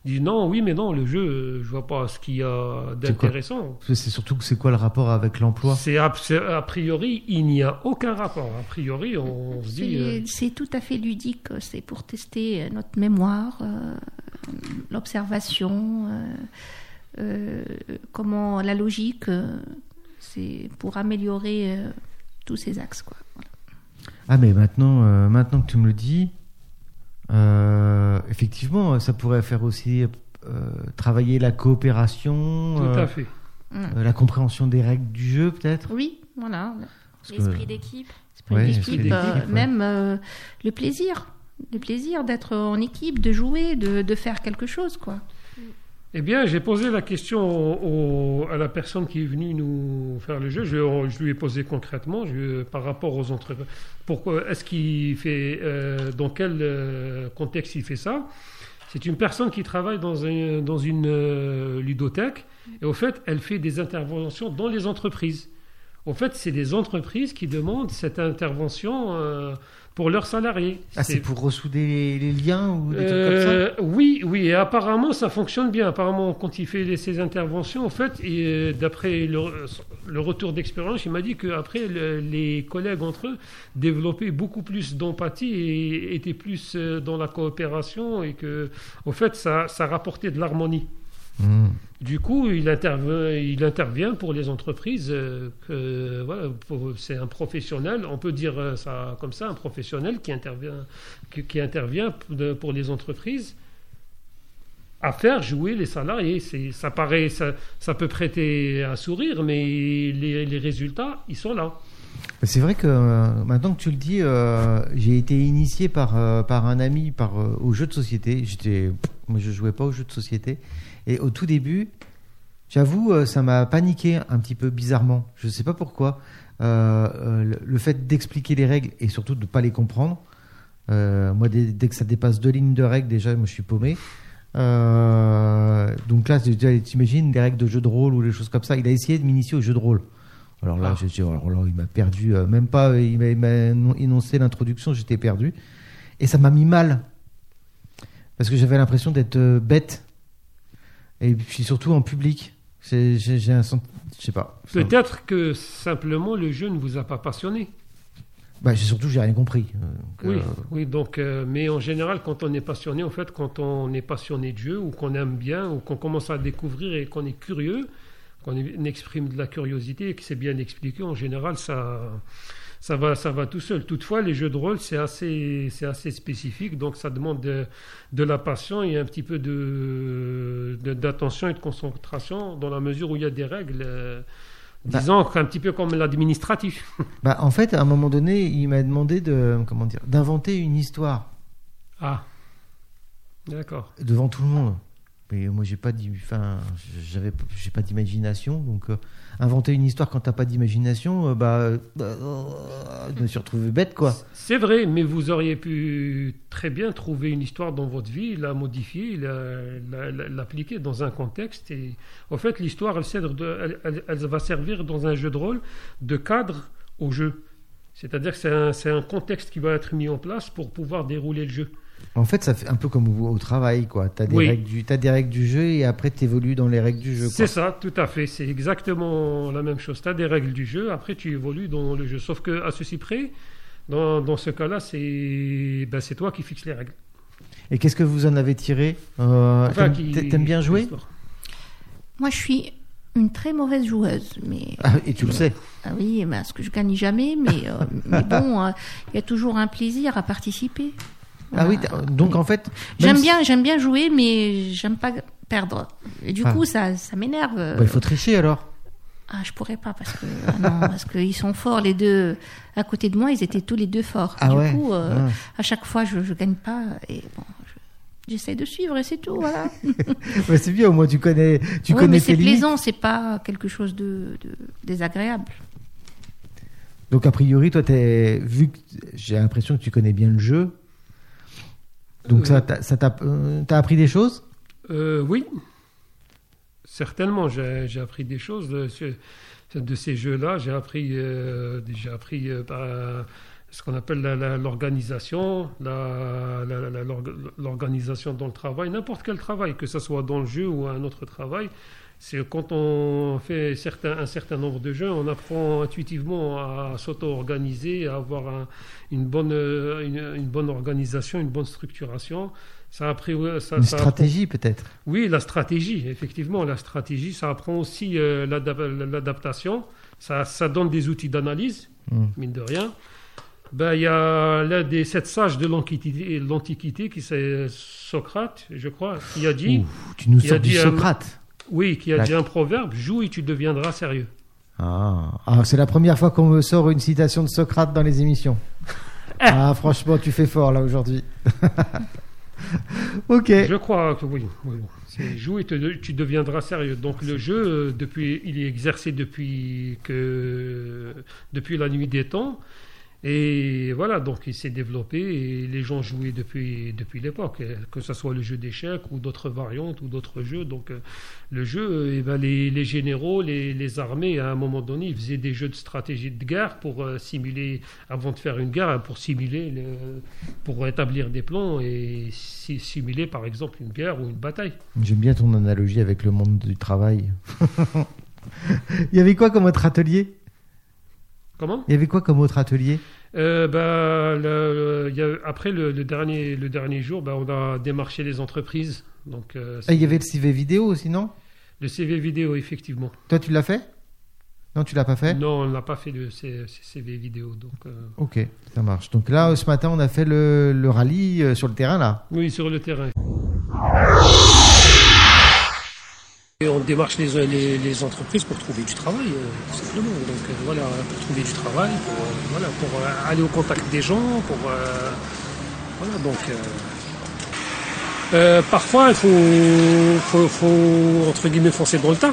ils disent non, oui, mais non, le jeu, euh, je vois pas ce qu'il y a d'intéressant. Parce que C'est surtout que c'est quoi le rapport avec l'emploi C'est ab- c'est- a priori, il n'y a aucun rapport. A priori, on se dit. euh, C'est c'est tout à fait ludique, euh, c'est pour tester euh, notre mémoire, euh, l'observation, euh, euh, comment la logique, euh, c'est pour améliorer euh, tous ces axes. Quoi. Ah mais maintenant, euh, maintenant que tu me le dis, euh, effectivement, ça pourrait faire aussi euh, travailler la coopération, Tout euh, à fait. Mm. euh, la compréhension des règles du jeu peut-être. Oui, voilà. Parce que- L'esprit d'équipe. Esprit Ouais, d'équipe, esprit euh, d'équipe, ouais. même euh, le plaisir, le plaisir d'être en équipe, de jouer, de, de faire quelque chose, quoi. Eh bien, j'ai posé la question au- au- à la personne qui est venue nous faire le jeu. Je, je lui ai posé concrètement je- par rapport aux entreprises. Pourquoi est-ce qu'il fait euh, dans quel euh, contexte il fait ça C'est une personne qui travaille dans, un- dans une euh, ludothèque et au fait, elle fait des interventions dans les entreprises. Au fait, c'est des entreprises qui demandent cette intervention euh, pour leurs salariés. Ah c'est C'est- pour ressouder les, les liens ou des trucs euh, Oui, oui, et apparemment ça fonctionne bien. Apparemment, quand il fait les- ses interventions, en fait, et euh, d'après le, le retour d'expérience, il m'a dit qu'après, le- les collègues entre eux développaient beaucoup plus d'empathie et étaient plus euh, dans la coopération et que, au fait, ça, ça rapportait de l'harmonie. comme ça Hmm. Du coup, il intervient, il intervient pour les entreprises. euh, que, voilà, pour- c'est un professionnel, on peut dire euh, ça comme ça, un professionnel qui intervient, qui, qui intervient p- de- pour les entreprises à faire jouer les salariés. C'est, ça paraît, ça, ça peut prêter un sourire, mais les, les résultats, ils sont là. C'est vrai que euh, maintenant que tu le dis, euh, j'ai été initié par, euh, par un ami par, euh, aux jeux de société. J'étais, pff, moi, je jouais pas aux jeux de société. Et au tout début, j'avoue, euh, ça m'a paniqué un petit peu bizarrement. Je sais pas pourquoi. Euh, euh, le, le fait d'expliquer les règles et surtout de ne pas les comprendre, Euh, moi, dès, dès que ça dépasse deux lignes de règles, déjà, moi, je suis paumé. Euh, donc là, c'est- tu t'imagines des règles de jeu de rôle ou des choses comme ça. Il a essayé de m'initier au jeu de rôle. Alors là, Ah. j'ai dit, oh, alors là, il m'a perdu, euh, même pas, il m'a- il m'a non- énoncé l'introduction, j'étais perdu. Et ça m'a mis mal. Parce que j'avais l'impression d'être euh, bête. Et puis surtout en public. C'est- J'ai j'ai un sentiment. Je sais pas. Ça- Peut-être que simplement le jeu ne vous a pas passionné. Bah, j'ai- surtout, j'ai rien compris. Euh, donc, Oui, euh, oui donc, euh, mais en général, quand on est passionné, en fait, quand on est passionné de jeu ou qu'on aime bien ou qu'on commence à découvrir et qu'on est curieux, qu'on é- exprime de la curiosité et que c'est bien expliqué, en général, ça, ça, va, ça va tout seul. Toutefois, les jeux de rôle, c'est assez, c'est assez spécifique, donc ça demande de, de la passion et un petit peu de, de- d'attention et de concentration dans la mesure où il y a des règles. euh, Bah. Disons qu'un petit peu comme l'administratif. Bah, en fait, à un moment donné, il m'a demandé de comment dire d'inventer une histoire Ah, d'accord. devant tout le monde. Mais moi, j'ai pas d'i- enfin, j'avais, j'ai pas d'imagination, donc euh, inventer une histoire quand t'as pas d'imagination, euh, bah, euh, euh, je me suis retrouvé bête quoi. C'est vrai, mais vous auriez pu très bien trouver une histoire dans votre vie, la modifier, la- la- la- l'appliquer dans un contexte. Et en fait, l'histoire, elle, sert de- elle- elle- elle va servir dans un jeu de rôle de cadre au jeu. C'est-à-dire que c'est un, c'est un contexte qui va être mis en place pour pouvoir dérouler le jeu. En fait, ça fait un peu comme au, au travail quoi. T'as des Oui. règles du, t'as des règles du jeu et après t'évolues dans les règles du jeu. C'est Quoi. ça, tout à fait. C'est exactement la même chose. Tu as des règles du jeu, après tu évolues dans le jeu. Sauf que à ceci près, dans, dans ce cas-là, c'est ben, c'est toi qui fixes les règles. Et qu'est-ce que vous en avez tiré Euh, Enfin, t'aimes, qui- t'a- t'aimes bien jouer l'histoire. Moi, je suis une très mauvaise joueuse, mais Ah, Et tu le sais. ah oui, parce que je gagne jamais, mais, [laughs] euh, mais bon, euh, il y a toujours un plaisir à participer. Ah oui. Voilà. t'as- Donc en fait, même J'aime si- bien, j'aime bien jouer, mais j'aime pas perdre. Et du Ah. coup, ça, ça m'énerve. Bah, il faut tricher alors. Ah, je pourrais pas parce que ah non, parce qu'ils sont forts les deux. À côté de moi, ils étaient tous les deux forts. Ah du ouais. coup, euh, Ah. à chaque fois, je, je gagne pas et bon, je- j'essaie de suivre et c'est tout. Voilà. Ouais, Bah, c'est bien, au moins tu connais, [laughs] tu Ouais, connais mais tes c'est limites. plaisant, c'est pas quelque chose de, de désagréable. Donc a priori, toi, t'es vu que j'ai l'impression que tu connais bien le jeu. Donc Euh, ça, t'a- ça t'a, euh, t'as appris des choses Euh, oui, certainement. J'ai j'ai appris des choses de, ce- de ces jeux-là. J'ai appris, euh, j'ai appris euh, bah, ce qu'on appelle la- la- l'organisation, la- la- la- la- l'org- l'organisation dans le travail, n'importe quel travail, que ce soit dans le jeu ou un autre travail. C'est quand on fait certains- un certain nombre de jeux, on apprend intuitivement à s'auto-organiser, à avoir un- une, bonne, euh, une, une bonne organisation, une bonne structuration. Ça a pris, ouais, ça, Une ça apprend- stratégie peut-être oui, la stratégie, effectivement, la stratégie, ça apprend aussi euh, l'adap- l'adaptation, ça, ça donne des outils d'analyse, Mm. mine de rien. Ben, Il y a l'un des sept sages de l'Antiquité, l'Antiquité qui c'est Socrate, je crois, qui a dit, Ouh, Tu nous Il a sors du dit, euh, Socrate. oui, qui a La- dit un proverbe, joue et tu deviendras sérieux. Ah. Ah, c'est la première fois qu'on me sort une citation de Socrate dans les [laughs] émissions. ah, franchement, tu fais fort là aujourd'hui. [laughs] ok. Je crois que oui. oui, oui. C'est joue et te- tu deviendras sérieux. Donc le jeu, euh, depuis, il est exercé depuis que depuis la nuit des temps. Et voilà, donc il s'est développé et les gens jouaient depuis, depuis l'époque, euh, que ce soit le jeu d'échecs ou d'autres variantes ou d'autres jeux. Donc euh, le jeu, euh, eh ben, les, les généraux, les, les armées, à un moment donné, ils faisaient des jeux de stratégie de guerre pour euh, simuler, avant de faire une guerre, pour simuler le, pour établir des plans et si- simuler par exemple une guerre ou une bataille. J'aime bien ton analogie avec le monde du travail. [laughs] Il y avait quoi comme autre atelier Comment Il y avait quoi comme autre atelier Euh, bah, le- le- il y a- Après le, le dernier, le dernier jour, bah, on a démarché les entreprises. Donc, euh, Ah, Il y avait le CV vidéo aussi, non le CV vidéo, effectivement. Toi, tu l'as fait Non, tu l'as pas fait Non, on n'a pas fait de C- C- CV vidéo. Donc, euh, Ok, ça marche. Donc là, ce matin, on a fait le, le rallye euh, sur le terrain, là. Oui, sur le terrain. Et on démarche les, les, les entreprises pour trouver du travail, euh, tout simplement. Donc euh, voilà, pour trouver du travail, pour, euh, voilà, pour euh, aller au contact des gens, pour euh, voilà donc. euh, euh, parfois, il faut, faut, faut, entre guillemets foncer dans le tas.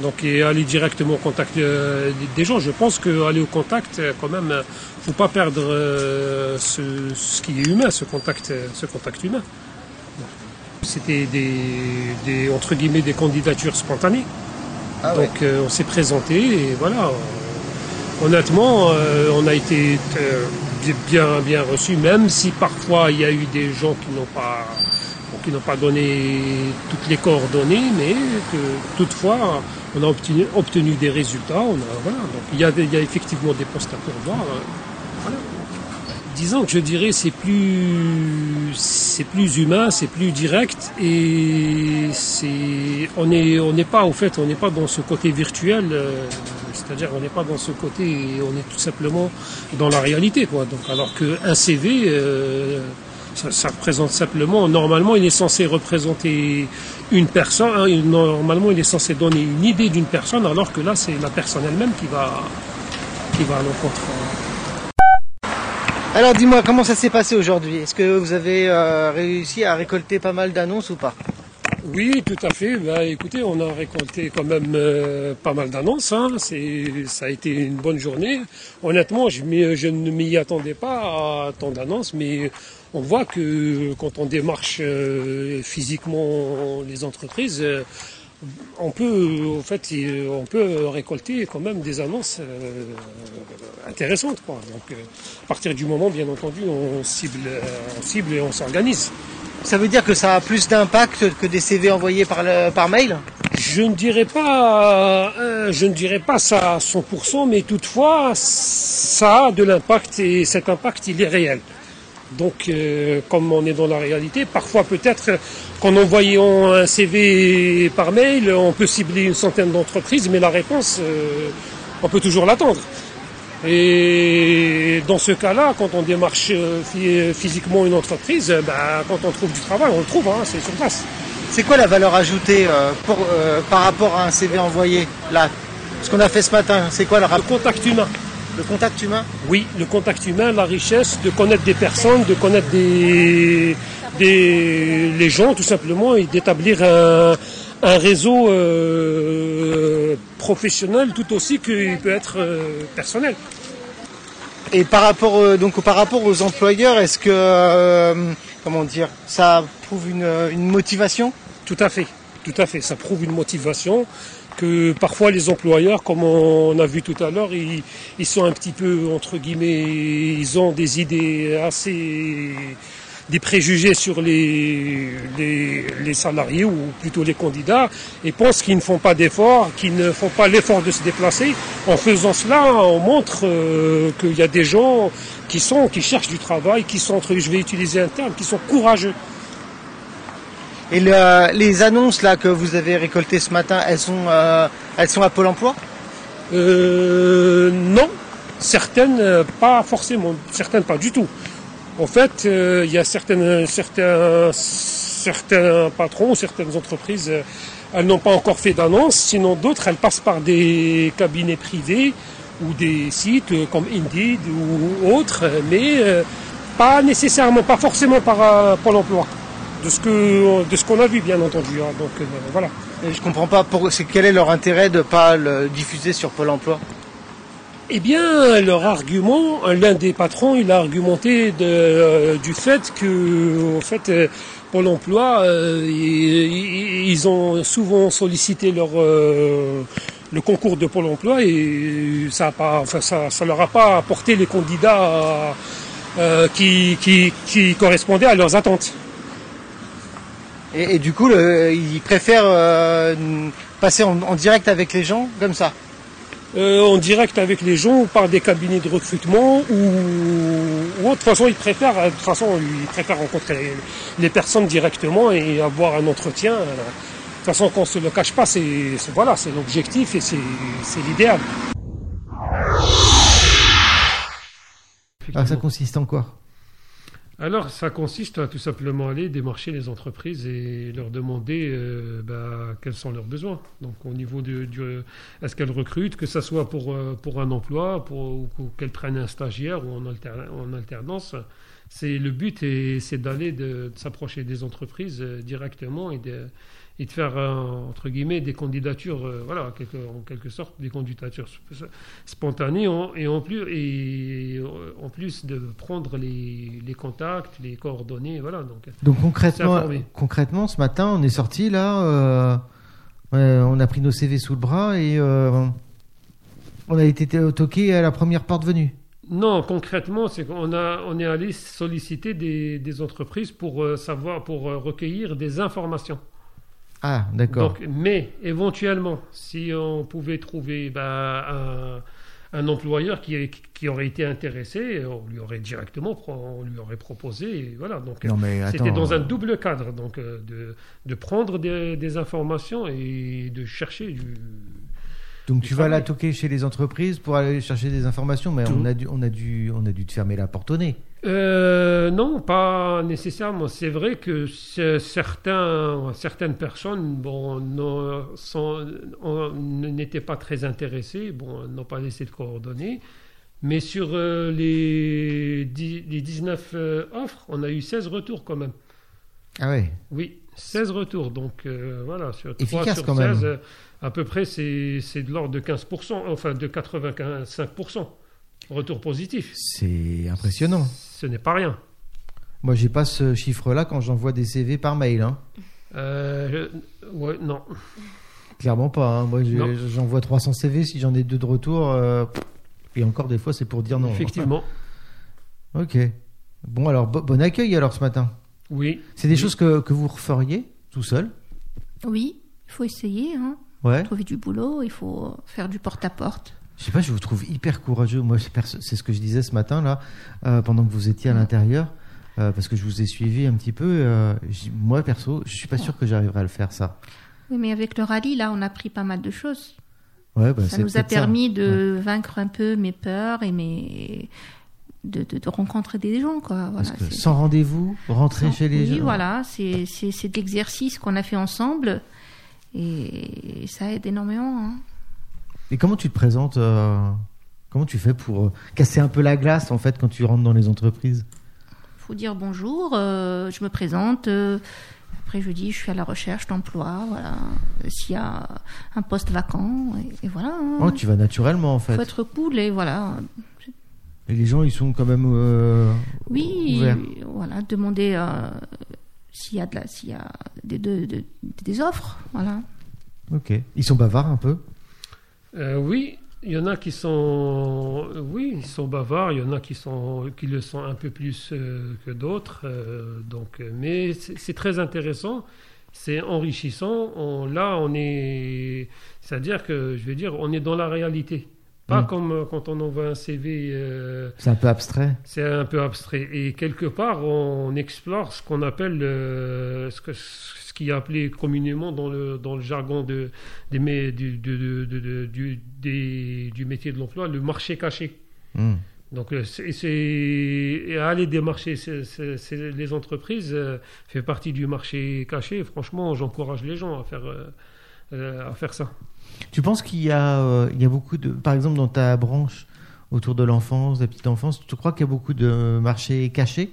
Donc et aller directement au contact euh, des- des gens. Je pense qu'aller au contact, euh, quand même, euh, faut pas perdre euh, ce, ce qui est humain, ce contact, euh, ce contact humain. C'était des, des entre guillemets des candidatures spontanées. Ah Donc euh, on s'est présenté et voilà. euh, Honnêtement, euh, on a été euh, bi- bien bien reçu, même si parfois il y a eu des gens qui n'ont pas qui n'ont pas donné toutes les coordonnées, mais que toutefois on a obtenu, obtenu des résultats. On a, voilà, donc il y, a, des- il y a effectivement des postes à pourvoir. euh, voilà. Disons que je dirais c'est plus c'est plus humain, c'est plus direct et c'est on est on n'est pas au fait on n'est pas dans ce côté virtuel, euh, c'est-à-dire on n'est pas dans ce côté on est tout simplement dans la réalité quoi. Donc alors que un CV euh, ça, ça représente simplement normalement il est censé représenter une personne hein, et normalement il est censé donner une idée d'une personne alors que là c'est la personne elle-même qui va qui va à l'encontre. hein. Alors dis-moi, comment ça s'est passé aujourd'hui Est-ce que vous avez euh, réussi à récolter pas mal d'annonces ou pas Oui, tout à fait. Bah, écoutez, on a récolté quand même euh, pas mal d'annonces. hein. C'est, ça a été une bonne journée. Honnêtement, je, m'y- je ne m'y attendais pas à tant d'annonces, mais on voit que quand on démarche euh, physiquement les entreprises, euh, on peut, en fait, euh, on peut récolter quand même des annonces euh, intéressantes. Quoi. Donc, euh, à partir du moment, bien entendu, on cible, euh, on cible et on s'organise. Ça veut dire que ça a plus d'impact que des CV envoyés par, le- par mail Je ne dirais pas, euh, je ne dirais pas ça à 100%, mais toutefois, ça a de l'impact et cet impact, il est réel. Donc, euh, comme on est dans la réalité, parfois peut-être euh, qu'en envoyant un CV par mail, on peut cibler une centaine d'entreprises, mais la réponse, euh, on peut toujours l'attendre. Et dans ce cas-là, quand on démarche euh, phy- physiquement une entreprise, euh, bah, quand on trouve du travail, on le trouve, hein, c'est sur place. C'est quoi la valeur ajoutée euh, pour, euh, par rapport à un CV envoyé là Ce qu'on a fait ce matin, c'est quoi le, Le rap- contact humain. le contact humain Oui, le contact humain, la richesse, de connaître des personnes, de connaître des, des les gens tout simplement et d'établir un, un réseau euh, professionnel tout aussi qu'il peut être euh, personnel. Et par rapport, euh, donc, par rapport aux employeurs, est-ce que, euh, comment dire, ça prouve une, euh, une motivation Tout à fait, tout à fait. Ça prouve une motivation que parfois les employeurs, comme on a vu tout à l'heure, ils, ils sont un petit peu, entre guillemets, ils ont des idées assez. des préjugés sur les, les, les salariés ou plutôt les candidats et pensent qu'ils ne font pas d'efforts, qu'ils ne font pas l'effort de se déplacer. En faisant cela, on montre euh, qu'il y a des gens qui sont, qui cherchent du travail, qui sont, entre- je vais utiliser un terme, qui sont courageux. Et le- les annonces là que vous avez récoltées ce matin, elles sont, euh, elles sont à Pôle Emploi Euh, non, certaines euh, pas forcément, certaines pas du tout. En fait, euh, il y a certaines, certains, certains patrons, certaines entreprises, euh, elles n'ont pas encore fait d'annonce, sinon d'autres, elles passent par des cabinets privés ou des sites euh, comme Indeed ou autres, euh, mais euh, pas nécessairement, pas forcément par euh, Pôle Emploi. De ce que de ce qu'on a vu, bien entendu. hein. Donc euh, voilà. Et Je comprends pas. Pour, c'est quel est leur intérêt de pas le diffuser sur Pôle Emploi Eh bien, leur argument, l'un des patrons, il a argumenté de, euh, du fait que, en fait, euh, Pôle Emploi, euh, ils, ils- ils ont souvent sollicité leur euh, le concours de Pôle Emploi et ça a pas, enfin, ça, ça leur a pas apporté les candidats euh, qui, qui, qui correspondaient à leurs attentes. Et, et du coup, le- ils préfèrent euh, passer en, en direct avec les gens comme ça. euh, en direct avec les gens ou par des cabinets de recrutement ou, ou autre. De toute façon, ils préfèrent, euh, de toute façon, ils préfèrent rencontrer les personnes directement et avoir un entretien. euh. De toute façon, qu'on se le cache pas, c'est c'est- voilà, c'est l'objectif et c'est c'est l'idéal. Ah, ça consiste en quoi Alors, ça consiste à tout simplement aller démarcher les entreprises et leur demander euh, bah, quels sont leurs besoins. Donc, au niveau de, du- est-ce qu'elles recrutent, que ça soit pour, euh, pour un emploi, pour, ou, ou qu'elles prennent un stagiaire ou en, alterna- en alternance. C'est le but, et c'est d'aller de, de s'approcher des entreprises euh, directement et de, et de faire, euh, entre guillemets, des candidatures, euh, voilà, quelque- en quelque sorte, des candidatures sp- spontanées, en- et en plus, et euh, en plus de prendre les, les contacts, les coordonnées, voilà. Donc, Donc concrètement, C'est informé. concrètement, ce matin, on est sorti là, euh, euh, on a pris nos CV sous le bras et euh, on a été toqué à la première porte venue. Non, concrètement, c'est qu'on a, on est allé solliciter des, des entreprises pour euh, savoir, pour euh, recueillir des informations. Ah, d'accord. Donc, mais éventuellement, si on pouvait trouver bah, un, un employeur qui, qui aurait été intéressé, on lui aurait directement, pro- on lui aurait proposé, et voilà. Donc, euh, Non mais c'était attends. dans un double cadre, donc euh, de, de prendre des, des informations et de chercher du. Donc tu du vas la travail. toquer chez les entreprises pour aller chercher des informations, mais Tout. on a dû, on a dû, on a dû te fermer la porte au nez. Euh, non, pas nécessairement. C'est vrai que c'est- certains, certaines personnes bon, n'ont- sont- ont- n'étaient pas très intéressées, bon, n'ont pas laissé de coordonnées. Mais sur euh, les, dix- les 19 euh, offres, on a eu 16 retours quand même. Ah ouais. Oui, 16 retours. Donc euh, voilà, sur 3 Efficace sur quand même. 16, euh, à peu près, c'est c'est de l'ordre de 15%, enfin de 85%. Retour positif. C'est impressionnant. Ce n'est pas rien. Moi, j'ai pas ce chiffre-là quand j'envoie des CV par mail. Hein. Euh, je- ouais, non. Clairement pas. hein. Moi, j'ai- Non. j'envoie 300 CV. Si j'en ai deux de retour, euh, et encore des fois, c'est pour dire non. hein. Effectivement. Ok. Bon, alors, bo- bon accueil alors ce matin. Oui. C'est des Oui. choses que, que vous referiez tout seul Oui, il faut essayer. Hein. Ouais. Trouver du boulot, il faut faire du porte-à-porte. Je sais pas, je vous trouve hyper courageux. Moi, c'est perso- c'est ce que je disais ce matin, là, euh, pendant que vous étiez à Mm. l'intérieur, euh, parce que je vous ai suivi un petit peu. euh, j- moi, perso, je suis pas sûr que j'arriverai à le faire, ça. Oui, mais avec le rallye, là, on a pris pas mal de choses. Ouais, bah, ça c'est nous a peut-être ça. permis de vaincre un peu mes peurs et mes. De, de- de rencontrer des gens, quoi. Voilà, Parce que c'est- sans rendez-vous, rentrer chez les oui, gens. voilà, c'est c'est- c'est de l'exercice qu'on a fait ensemble et ça aide énormément. hein. Et comment tu te présentes euh, Comment tu fais pour euh, casser un peu la glace, en fait, quand tu rentres dans les entreprises faut dire bonjour, euh, je me présente. euh, après, je dis, je suis à la recherche d'emploi. Voilà, s'il y a un poste vacant, et, et voilà. hein. Oh, Tu vas naturellement, en fait. faut être cool et voilà. Et les gens, ils sont quand même. euh, Oui, ouverts. voilà, demander euh, s'il y a de la, s'il y a des, de- de- des offres, voilà. Ok. Ils sont bavards un peu Euh, oui, il y en a qui sont, oui, ils sont bavards. Il y en a qui sont, qui le sont un peu plus euh, que d'autres. euh, donc, euh, mais c'est c'est très intéressant. C'est enrichissant. On- là, on est, c'est-à-dire que je vais dire, on est dans la réalité. Pas Mm. comme euh, quand on envoie un CV. euh, C'est un peu abstrait. C'est un peu abstrait. Et quelque part, on explore ce qu'on appelle euh, ce, que, ce qui est appelé communément dans le, dans le jargon de, des mé- du, du- du- du- du- du- des- du métier de l'emploi, le marché caché. Hmm. Donc, euh, c'est c'est- et aller démarcher c'est- c'est- c'est- les entreprises euh, fait partie du marché caché. Franchement, j'encourage les gens à faire, euh, euh, à faire ça. Tu penses qu'il y, a, euh, il y a beaucoup de. Par exemple, dans ta branche autour de l'enfance, de la petite enfance, tu crois qu'il y a beaucoup de marchés cachés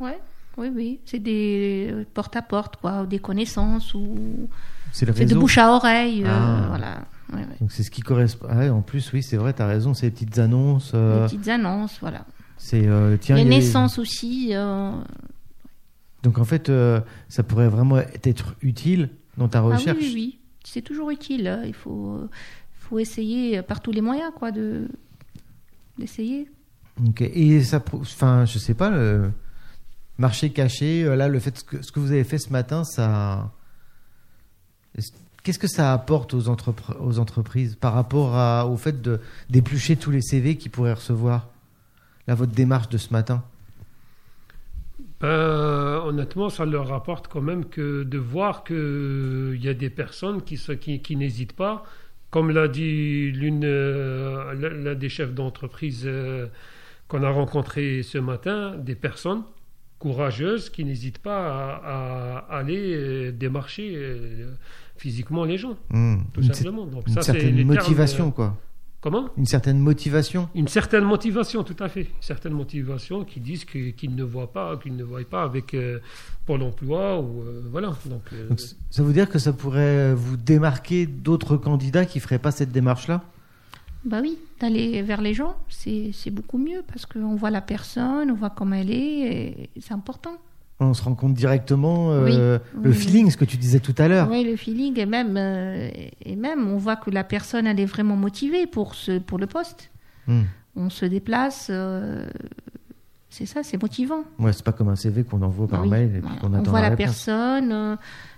Ouais. Oui, oui, c'est des porte à porte, quoi, ou des connaissances, ou C'est le c'est de réseau. bouche à oreille, euh, Ah. voilà. Ouais, ouais. Donc c'est ce qui correspond. Ah ouais, en plus, oui, c'est vrai, tu as raison, c'est les petites annonces. Des euh, petites annonces, voilà. c'est. euh, tiens, les il y a- naissances aussi. euh, Donc en fait, euh, ça pourrait vraiment être utile dans ta Ah recherche. oui, oui, oui. C'est toujours utile. hein. Il faut, euh, faut essayer euh, par tous les moyens, quoi, de d'essayer. Ok. Et ça, prou- enfin, je sais pas, le marché caché, euh, là, le fait que ce que vous avez fait ce matin, ça, est-ce- qu'est-ce que ça apporte aux, entrepre- aux entreprises par rapport à- au fait de d'éplucher tous les CV qu'ils pourraient recevoir Là, votre démarche de ce matin. Ben, honnêtement, ça leur rapporte quand même que de voir qu'il y a des personnes qui, se- qui, qui n'hésitent pas. Comme l'a dit l'une euh, l'un l'un des chefs d'entreprise euh, qu'on a rencontré ce matin, des personnes courageuses qui n'hésitent pas à, à aller euh, démarcher euh, physiquement les gens, tout Une, cer- simplement. Donc, Hmm. une ça, c'est certaine les termes, motivation, euh, quoi. Comment Une certaine motivation. Une certaine motivation, tout à fait. Une certaine motivation qui disent que- qu'ils ne voient pas, qu'ils ne voient pas avec euh, Pôle emploi ou euh, voilà. Donc, euh, Donc, c- ça veut dire que ça pourrait vous démarquer d'autres candidats qui feraient pas cette démarche-là Bah oui, d'aller vers les gens, c'est c'est beaucoup mieux parce qu'on voit la personne, on voit comment elle est, et c'est important. On se rend compte directement euh, Oui, le oui. feeling, ce que tu disais tout à l'heure. Oui, le feeling, et même, euh, et même, on voit que la personne, elle est vraiment motivée pour, ce, pour le poste. Hmm. On se déplace, euh, c'est ça, c'est motivant. Ah Ouais, c'est pas comme un CV qu'on envoie par Oui, mail et puis voilà. on qu'on attend voit la la, réponse. personne, euh,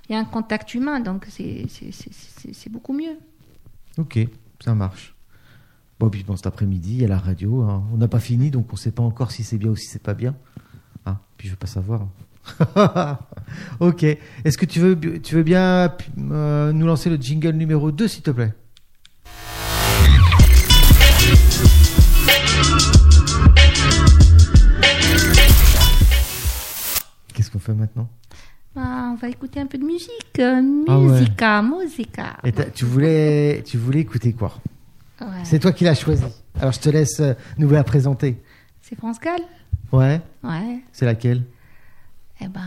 il y a un contact humain, donc c'est- c'est- c'est c'est- c'est beaucoup mieux. Ok, ça marche. Bon, puis bon, cet après-midi, il y a la radio. hein. On n'a pas fini, donc on ne sait pas encore si c'est bien ou si c'est pas bien. Ah, puis je veux pas savoir. [laughs] ok. Est-ce que tu veux, bi- tu veux bien euh, nous lancer le jingle numéro 2, s'il te plaît Qu'est-ce qu'on fait maintenant Ah, on va écouter un peu de musique, euh, Ah ouais. musica, musica. Et t'as- tu, voulais, tu voulais écouter quoi Ouais. C'est toi qui l'as choisi. Alors je te laisse euh, nous la présenter. C'est France Gall Ouais, Ouais. c'est laquelle [laughs] Eh ben,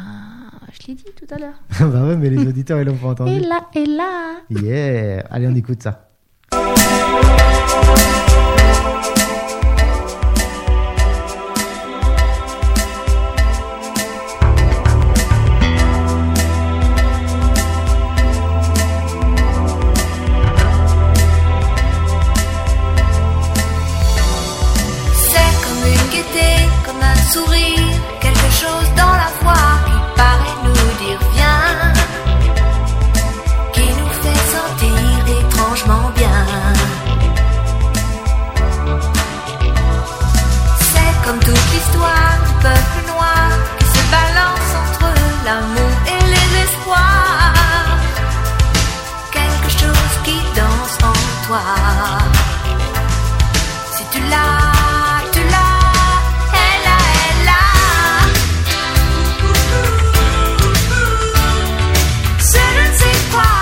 je l'ai dit tout à l'heure. Bah ouais, mais les auditeurs ils l'ont pas entendu. Et là, et là Yeah Allez, on écoute ça. C'est comme une gaieté, comme un sourire, quelque chose dans la voix qui paraît nous dire viens, qui nous fait sentir étrangement bien. C'est comme toute l'histoire du peuple noir qui se balance entre l'amour et les espoirs, quelque chose qui danse en toi. Si tu l'as, tu l'as, elle a, elle a. Je ne sais quoi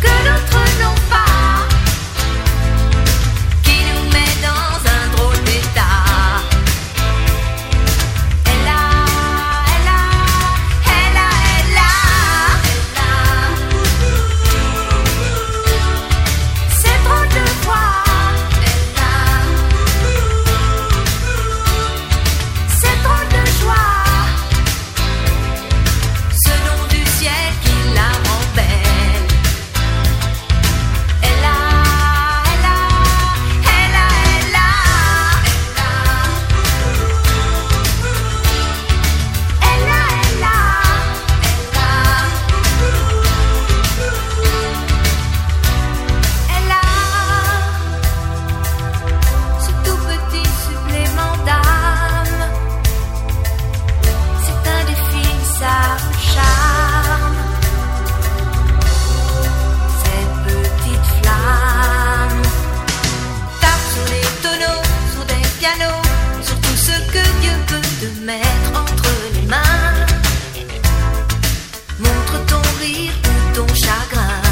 que d'autres n'ont pas, qui nous met dans un drôle d'état. Elle a, elle a, elle a, elle a. C'est trop de voix. Elle a. C'est trop de joie. Ce nom du ciel qui la rend belle. Elle a, elle a, elle a, elle a. Elle a. Elle a, elle a, elle a. Elle a ce tout petit supplément d'âme. C'est indéfinissable charme. Cette petite flamme tape sur les tonneaux, sur des pianos, sur tout ce que Dieu peut te mettre entre les mains. Montre ton rire ou ton chagrin.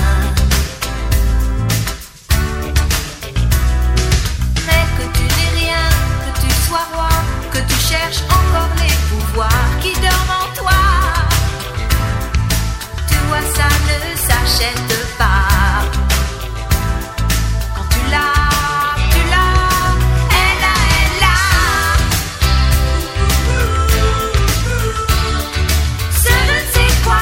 Mais que tu n'es rien, que tu sois roi, que tu cherches encore les pouvoirs qui dorment en toi. Tu vois, ça ne s'achète pas. Quand tu l'as, tu l'as, elle a, elle a. Je ne sais quoi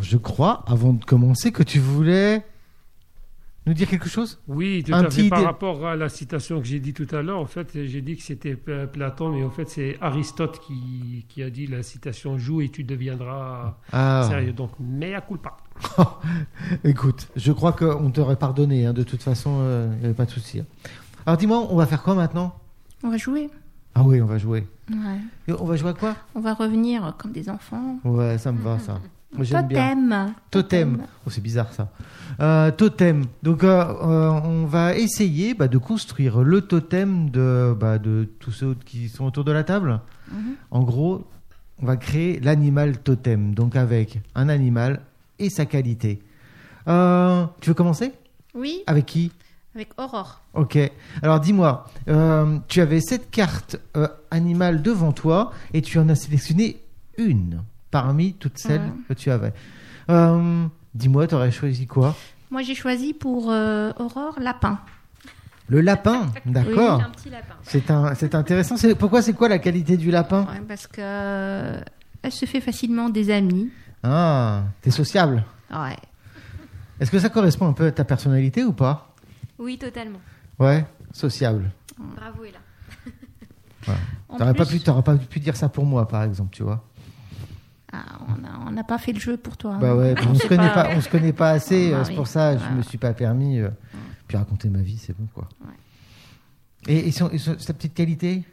je crois, avant de commencer, que tu voulais nous dire quelque chose Oui, tout Un à fait. petit Par dé- rapport à la citation que j'ai dit tout à l'heure, en fait, j'ai dit que c'était Pla- Platon, mais en fait, c'est Aristote qui, qui a dit la citation Joue et tu deviendras Ah, sérieux. Donc, mea culpa. écoute, je crois qu'on t'aurait pardonné. hein, de toute façon, euh, il n'y avait pas de souci. hein. Alors dis-moi, on va faire quoi maintenant On va jouer. Ah oui, on va jouer. Ouais. Et on va jouer à quoi On va revenir comme des enfants. Ouais, ça me va, ça. Moi, J'aime bien. Totem. Totem. Oh, c'est bizarre ça. Euh, totem. Donc, euh, euh, on va essayer bah, de construire le totem de, bah, de tous ceux qui sont autour de la table. En gros, on va créer l'animal totem. Donc, avec un animal et sa qualité. Euh, tu veux commencer Oui, Avec qui avec Aurore. Ok. Alors, dis-moi, euh, tu avais cette carte euh, animal devant toi et tu en as sélectionné une parmi toutes celles Mhm. que tu avais. Euh, dis-moi, tu aurais choisi quoi Moi, j'ai choisi pour euh, Aurore lapin. Le [laughs] lapin, d'accord. C'est un petit lapin. C'est un, c'est intéressant. C'est, pourquoi c'est quoi la qualité du lapin Ouais, parce que euh, elle se fait facilement des amis. Ah, t'es sociable. Ouais. Est-ce que ça correspond un peu à ta personnalité ou pas Oui, totalement. Ouais, sociable. Bravo, Ella. En T'aurais pas plus- pu, t'aurais pas pu dire ça pour moi, par exemple, tu vois. Ah, on n'a on n'a pas fait le jeu pour toi. Bah hein. [laughs] ouais, on se sait connaît pas. pas, on se connaît pas assez. Ah, euh, bah c'est oui. pour ça, je Ah. me suis pas permis. euh, Puis raconter ma vie, c'est bon quoi. Et, et, son- et son- sa petite qualité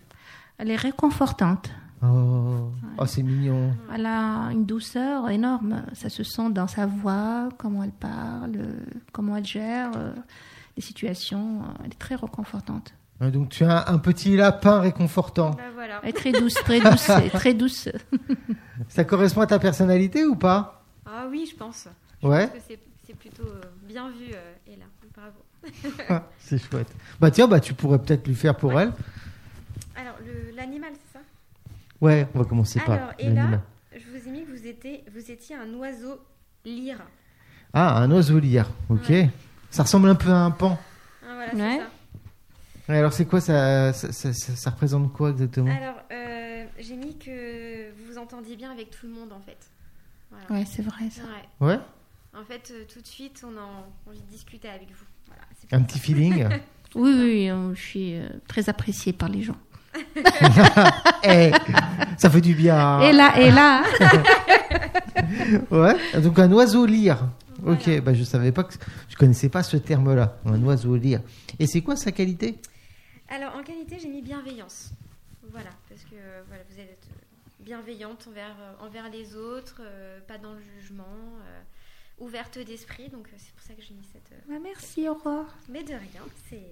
Elle est réconfortante. Oh, oh, c'est mignon. Elle a une douceur énorme. Ça se sent dans sa voix, comment elle parle, euh, comment elle gère euh, les situations. Elle est très réconfortante. Ouais, Donc tu as un petit lapin réconfortant. Bah voilà. Elle est très douce, très [laughs] douce, très douce. Ça correspond à ta personnalité ou pas Ah oui, je pense. Ouais. Parce que c'est- c'est plutôt euh, bien vu, euh, Ella. Bravo. Ah, c'est chouette. Bah tiens, bah tu pourrais peut-être lui faire pour Ouais. elle. Alors, le- l'animal, c'est ça Ouais, on va commencer Alors, par Ella, l'animal. je vous ai mis que vous étiez, vous étiez un oiseau lyre. Ah, un oiseau lierre. Ok. Ça ressemble un peu à un pan. Hein, voilà, Ouais. c'est ça. Ouais, Alors c'est quoi ça ça, ça- ça- ça représente quoi exactement Alors, euh, j'ai mis que vous vous entendiez bien avec tout le monde, en fait. Voilà. Ouais, c'est vrai ça. Ouais. Ouais. En fait, euh, tout de suite, on a en- envie de discuter avec vous. Voilà, c'est Un pour petit feeling. Oui, oui, euh, je suis euh, très appréciée par les gens. Eh, ça fait du bien. Et là, et [laughs] là, Ouais. Donc un oiseau lire. Voilà. Ok. Bah je savais pas que je connaissais pas ce terme-là. Un oiseau lire. Et c'est quoi sa qualité ça. Alors, en qualité, j'ai mis bienveillance. Voilà, parce que euh, voilà, vous êtes euh, bienveillante envers, euh, envers les autres, euh, pas dans le jugement, euh, ouverte d'esprit. Donc, euh, c'est pour ça que j'ai mis cette. euh, Ah, merci Aurore. Mais de rien, c'est.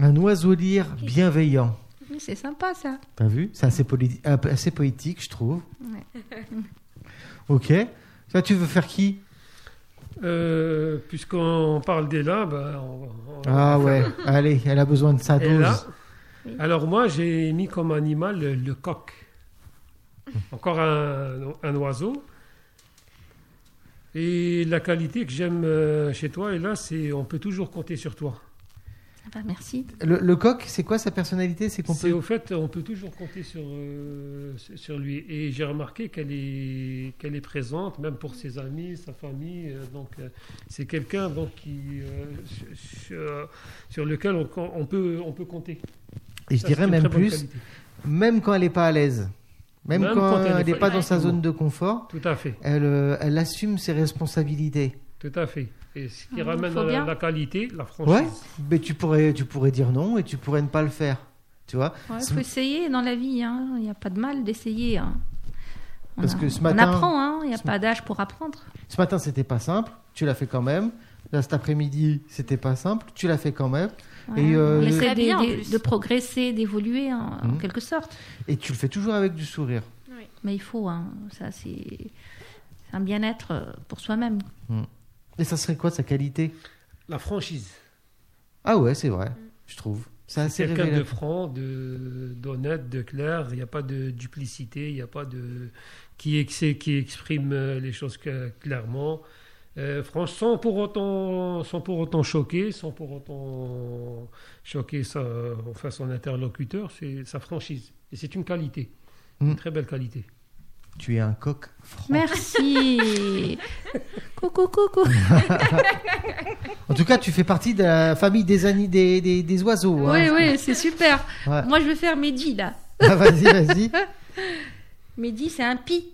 Un oiseau lire bienveillant. Oui, C'est sympa ça. T'as vu C'est assez, poli- euh, assez poétique, je trouve. [laughs] ok. Toi, tu veux faire qui Euh, Puisqu'on parle d'Ella, bah, on, on- Ah ouais. Allez, elle a besoin de sa Ella. dose. Alors, moi, j'ai mis comme animal le, le coq. Encore un, un oiseau. Et la qualité que j'aime euh, chez toi, Ella, c'est on peut toujours compter sur toi. Ah bah, merci. Le, le coq, c'est quoi sa personnalité C'est qu'on C'est peut. au fait, on peut toujours compter sur, euh, sur lui. Et j'ai remarqué qu'elle est, qu'elle est présente, même pour ses amis, sa famille. euh, donc, euh, c'est quelqu'un donc, qui, euh, sur- sur, euh, sur lequel on, on peut, on peut compter. Et je Ça, c'est dirais une même très bonne plus, qualité. même quand elle n'est pas à l'aise, même, Même quand, quand elle est elle n'est pas- pas dans sa Ouais. zone de confort, Tout à fait, elle, euh, elle assume ses responsabilités. tout à fait. Et ce qui Mmh, ramène faut à la, bien. la qualité, la Ouais. franchise. Mais tu pourrais, tu pourrais dire non et tu pourrais ne pas le faire. Tu vois Il Ce- faut essayer dans la vie. hein. Il n'y a pas de mal d'essayer. hein. On Parce a- que ce on matin- apprend. hein. Il n'y a ce- pas d'âge pour apprendre. Ce matin, c'était pas simple. Tu l'as fait quand même. Là, cet après-midi, c'était pas simple. Tu l'as fait quand même. Ouais, Et, euh, on Très essaie de, bien, en de- plus. de progresser, d'évoluer hein, en Mhm. quelque sorte. Et tu le fais toujours avec du sourire. Mais il faut, hein, ça c'est c'est un bien-être euh, pour soi-même. Et ça serait quoi sa qualité La franchise. Ah ouais, c'est vrai, je trouve. C'est assez C'est quelqu'un de révélateur. franc, de- d'honnête, de, clair. Il n'y a pas de duplicité, il n'y a pas de. qui, ex- qui exprime euh, les choses que- clairement. Euh, franche, sans pour autant, sans pour autant choquer, sans pour autant choquer sa, enfin son interlocuteur, c'est sa franchise. Et c'est une qualité, Mm. une très belle qualité. Tu es un coq franc. [laughs] Merci. coucou, coucou. En tout cas, tu fais partie de la famille des, ani- des, des, des oiseaux. Oui, hein. oui, c'est super. Ouais. Moi, je veux faire Mehdi, là. Ah, vas-y, vas-y. Mehdi, c'est un pi.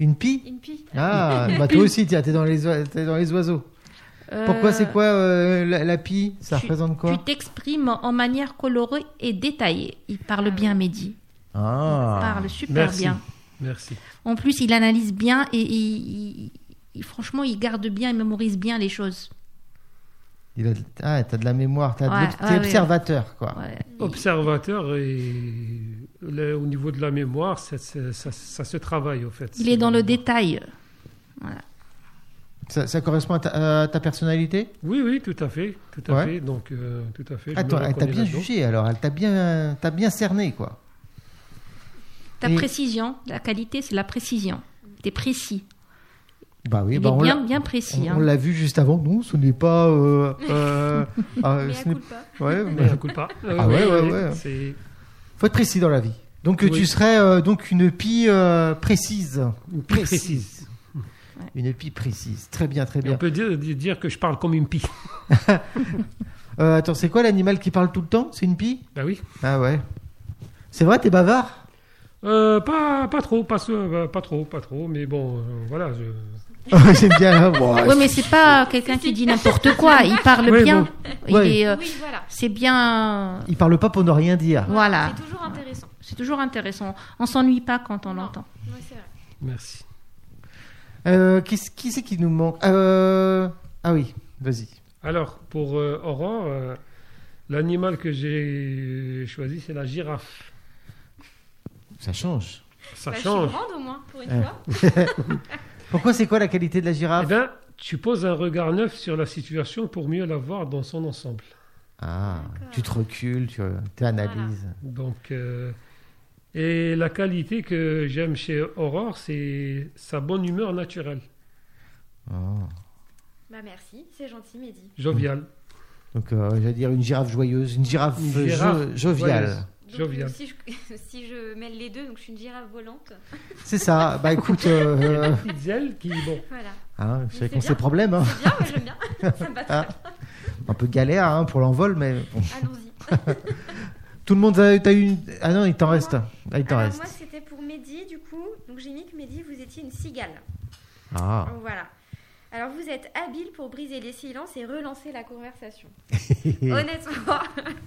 Une pie Une pie. [laughs] Ah, bah toi aussi, tiens, t'es dans, les oi- t'es dans les oiseaux. Pourquoi, Euh, c'est quoi euh, la, la pie Ça tu- représente Tu quoi t'exprimes en manière colorée et détaillée. Il parle bien, Mehdi. Il Ah, parle super Merci. bien. Merci. En plus, il analyse bien et il, il- il- franchement, il garde bien, il mémorise bien les choses. il a de- ah, t'as de la mémoire, t'as de Ouais, l'ob- t'es ouais, ouais. observateur, quoi. Ouais. Observateur et le- au niveau de la mémoire, ça, ça- ça- ça se travaille au fait. Il est dans le détail. Ça, ça correspond à ta, à ta personnalité Oui, oui, tout à fait, tout à Ouais. fait. Donc, euh, tout à fait. je me Attends, elle t'a reconnais bien là-dedans. jugé, alors. Elle t'a bien, t'as bien cerné, quoi. Ta Et- précision, la qualité, c'est la précision. T'es précis. Bah oui, il bah est on l'a- bien, bien précis. on- hein. on l'a vu juste avant. Non, ce n'est [laughs] pas. euh, euh, ah, Mais ce à n'est- coup pas. ouais, mais- Mais ça coule pas. Euh, Ah ouais, ouais, oui, ouais. c'est- [laughs] Faut être précis dans la vie. Donc Oui. tu serais euh, donc une pie euh, précise. Une pie Précise. précise. Une pie précise. Très bien, très Et on bien. peut dire, dire que je parle comme une pie. Euh, attends, c'est quoi l'animal qui parle tout le temps C'est une pie Bah oui. Ah ouais. C'est vrai, t'es bavard Euh, pas, pas trop, pas, euh, pas trop, pas trop. Mais bon, euh, voilà. je- [laughs] J'aime bien. hein, Bon, Oui, mais c'est pas quelqu'un qui dit n'importe quoi. Il parle Oui, bien. bon. Il Ouais. est, euh, Oui, voilà. c'est bien. Il parle pas pour ne rien dire. Voilà. C'est toujours intéressant. C'est toujours intéressant. On s'ennuie pas quand on Non. l'entend. Ouais, c'est vrai. Merci. Euh, qu'est-ce- qui c'est qui nous manque Euh, Ah oui, vas-y. Alors, pour euh, Aurore, euh, l'animal que j'ai choisi, c'est la girafe. Ça change. Ça Bah, Je change. suis grande au moins pour une Ouais. fois. Pourquoi c'est quoi la qualité de la Eh girafe bien, tu poses un regard neuf sur la situation pour mieux la voir dans son ensemble. Ah, ben, D'accord. tu te recules, tu analyses. Donc, euh, et la qualité que j'aime chez Aurore, c'est sa bonne humeur naturelle, Bah merci, c'est gentil Mehdi. joviale. Donc, euh, j'allais dire une girafe joyeuse, une girafe, Une euh, jo- girafe joviale. joyeuse. Donc, Joviale. euh, si, je, [laughs] si je mêle les deux, donc je suis une girafe volante. C'est ça. Bah écoute, euh, euh, Petites ailes qui, bon, Voilà. hein, vous savez C'est qu'on bien. s'est problème, hein. C'est bien, moi j'aime bien. Ça me va très bien. un peu galère hein, pour l'envol, mais bon. Allons-y. tout le monde a t'as eu. une- Ah non, il t'en reste. un. Ah, il t'en Alors reste. moi c'était pour Mehdi du coup. Donc j'ai mis que Mehdi vous étiez une cigale. Ah, Donc, Voilà. Alors vous êtes habile pour briser les silences et relancer la conversation. Honnêtement,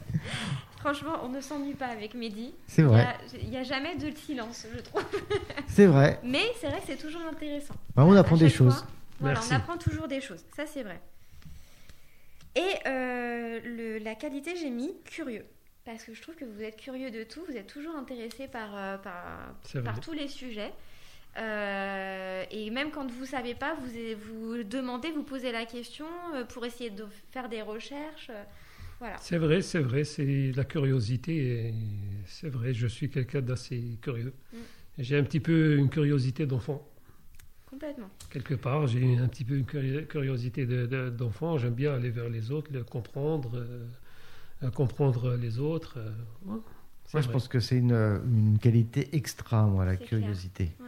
[laughs] franchement on ne s'ennuie pas avec Mehdi. [laughs] c'est Il y vrai, a- Il n'y a, jamais de silence je trouve. c'est vrai. Mais c'est vrai que c'est toujours intéressant. Bah, on apprend À des chaque choses. fois, voilà, Merci. on apprend toujours des choses, ça c'est vrai. Et euh, le- la qualité, j'ai mis curieux. Parce que je trouve que vous êtes curieux de tout, vous êtes toujours intéressé par, euh, par, C'est vrai. par tous les sujets. Euh, et même quand vous savez pas, vous, vous demandez, vous posez la question euh, pour essayer de faire des recherches. euh, Voilà. c'est vrai, c'est vrai, c'est la curiosité. et C'est vrai, je suis quelqu'un d'assez curieux. Mm. J'ai un petit peu une curiosité d'enfant. Complètement. Quelque part, j'ai un petit peu une curi- curiosité de- de- d'enfant. J'aime bien aller vers les autres, le comprendre, euh, euh, comprendre les autres. euh, ouais, Moi, c'est je vrai. pense que c'est une, une qualité extra, moi, la C'est clair. curiosité. Ouais.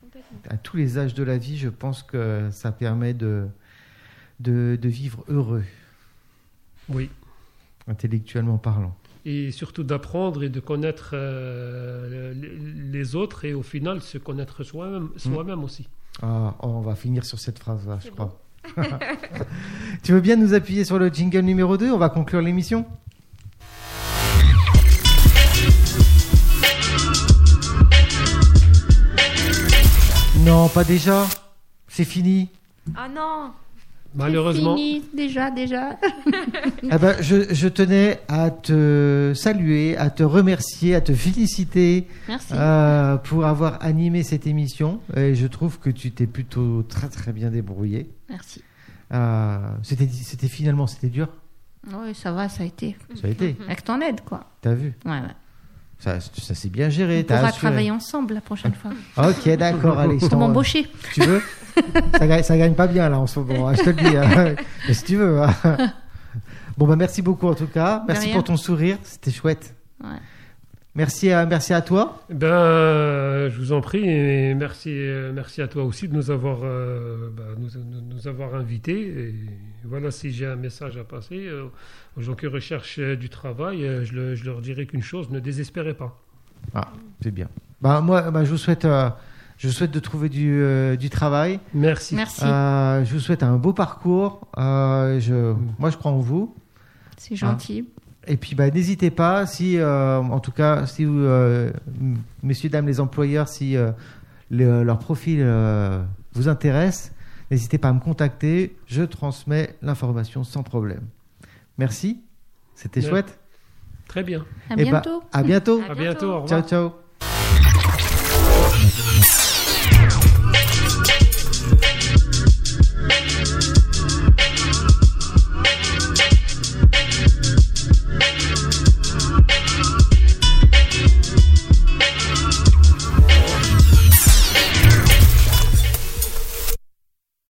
Complètement. à tous les âges de la vie, je pense que ça permet de, de, de vivre heureux, Oui. intellectuellement parlant. Et surtout d'apprendre et de connaître euh, le- les autres et au final se connaître soi-même Mm. soi aussi. Ah, oh, on va finir sur cette phrase-là, je C'est crois. [laughs] [laughs] tu veux bien nous appuyer sur le jingle numéro 2 On va conclure l'émission Non, pas déjà. C'est fini. Ah non Malheureusement, Fini, déjà, déjà. Eh ben, je, je tenais à te saluer, à te remercier, à te féliciter [laughs] Merci. Euh, pour avoir animé cette émission. Et je trouve que tu t'es plutôt très très bien débrouillé. Merci. Euh, c'était c'était finalement c'était dur. Oui, ça va, ça a été. Ça a été. Avec ton aide, quoi. T'as vu. Ouais, ouais. Ça, ça s'est bien géré. Mm-hmm. On t'as pourra assuré. travailler ensemble la prochaine [laughs] fois. Ok [laughs] d'accord allez. Je Pour t'en- m'embaucher. Tu veux ça, gagne, ça gagne pas bien là en ce moment. hein, je te le [laughs] dis. hein. Mais si tu veux. hein. Bon bah merci beaucoup en tout cas. Merci rien. pour ton sourire. C'était chouette. Ouais. Merci à, merci à toi. Ben, euh, je vous en prie, et merci, euh, merci à toi aussi de nous avoir, euh, ben, nous, nous- nous avoir invités. Et voilà, si j'ai un message à passer euh, aux gens qui recherchent euh, du travail, euh, je, le- je leur dirais qu'une chose ne désespérez pas. C'est bien. Bah, moi, bah, je vous souhaite, euh, je vous souhaite de trouver du, euh, du travail. Merci. Merci, Euh, je vous souhaite un beau parcours. Euh, je, moi, je crois en vous. c'est gentil. Et puis, bah, n'hésitez pas, si, euh, en tout cas, si vous, euh, m- messieurs, dames, les employeurs, si euh, le- leur profil euh, vous intéresse, n'hésitez pas à me contacter. Je transmets l'information sans problème. Merci. C'était Ouais. chouette. Très bien. À Eh ben, bientôt. à bientôt. À À bientôt. bientôt. [laughs] au revoir. ciao, ciao.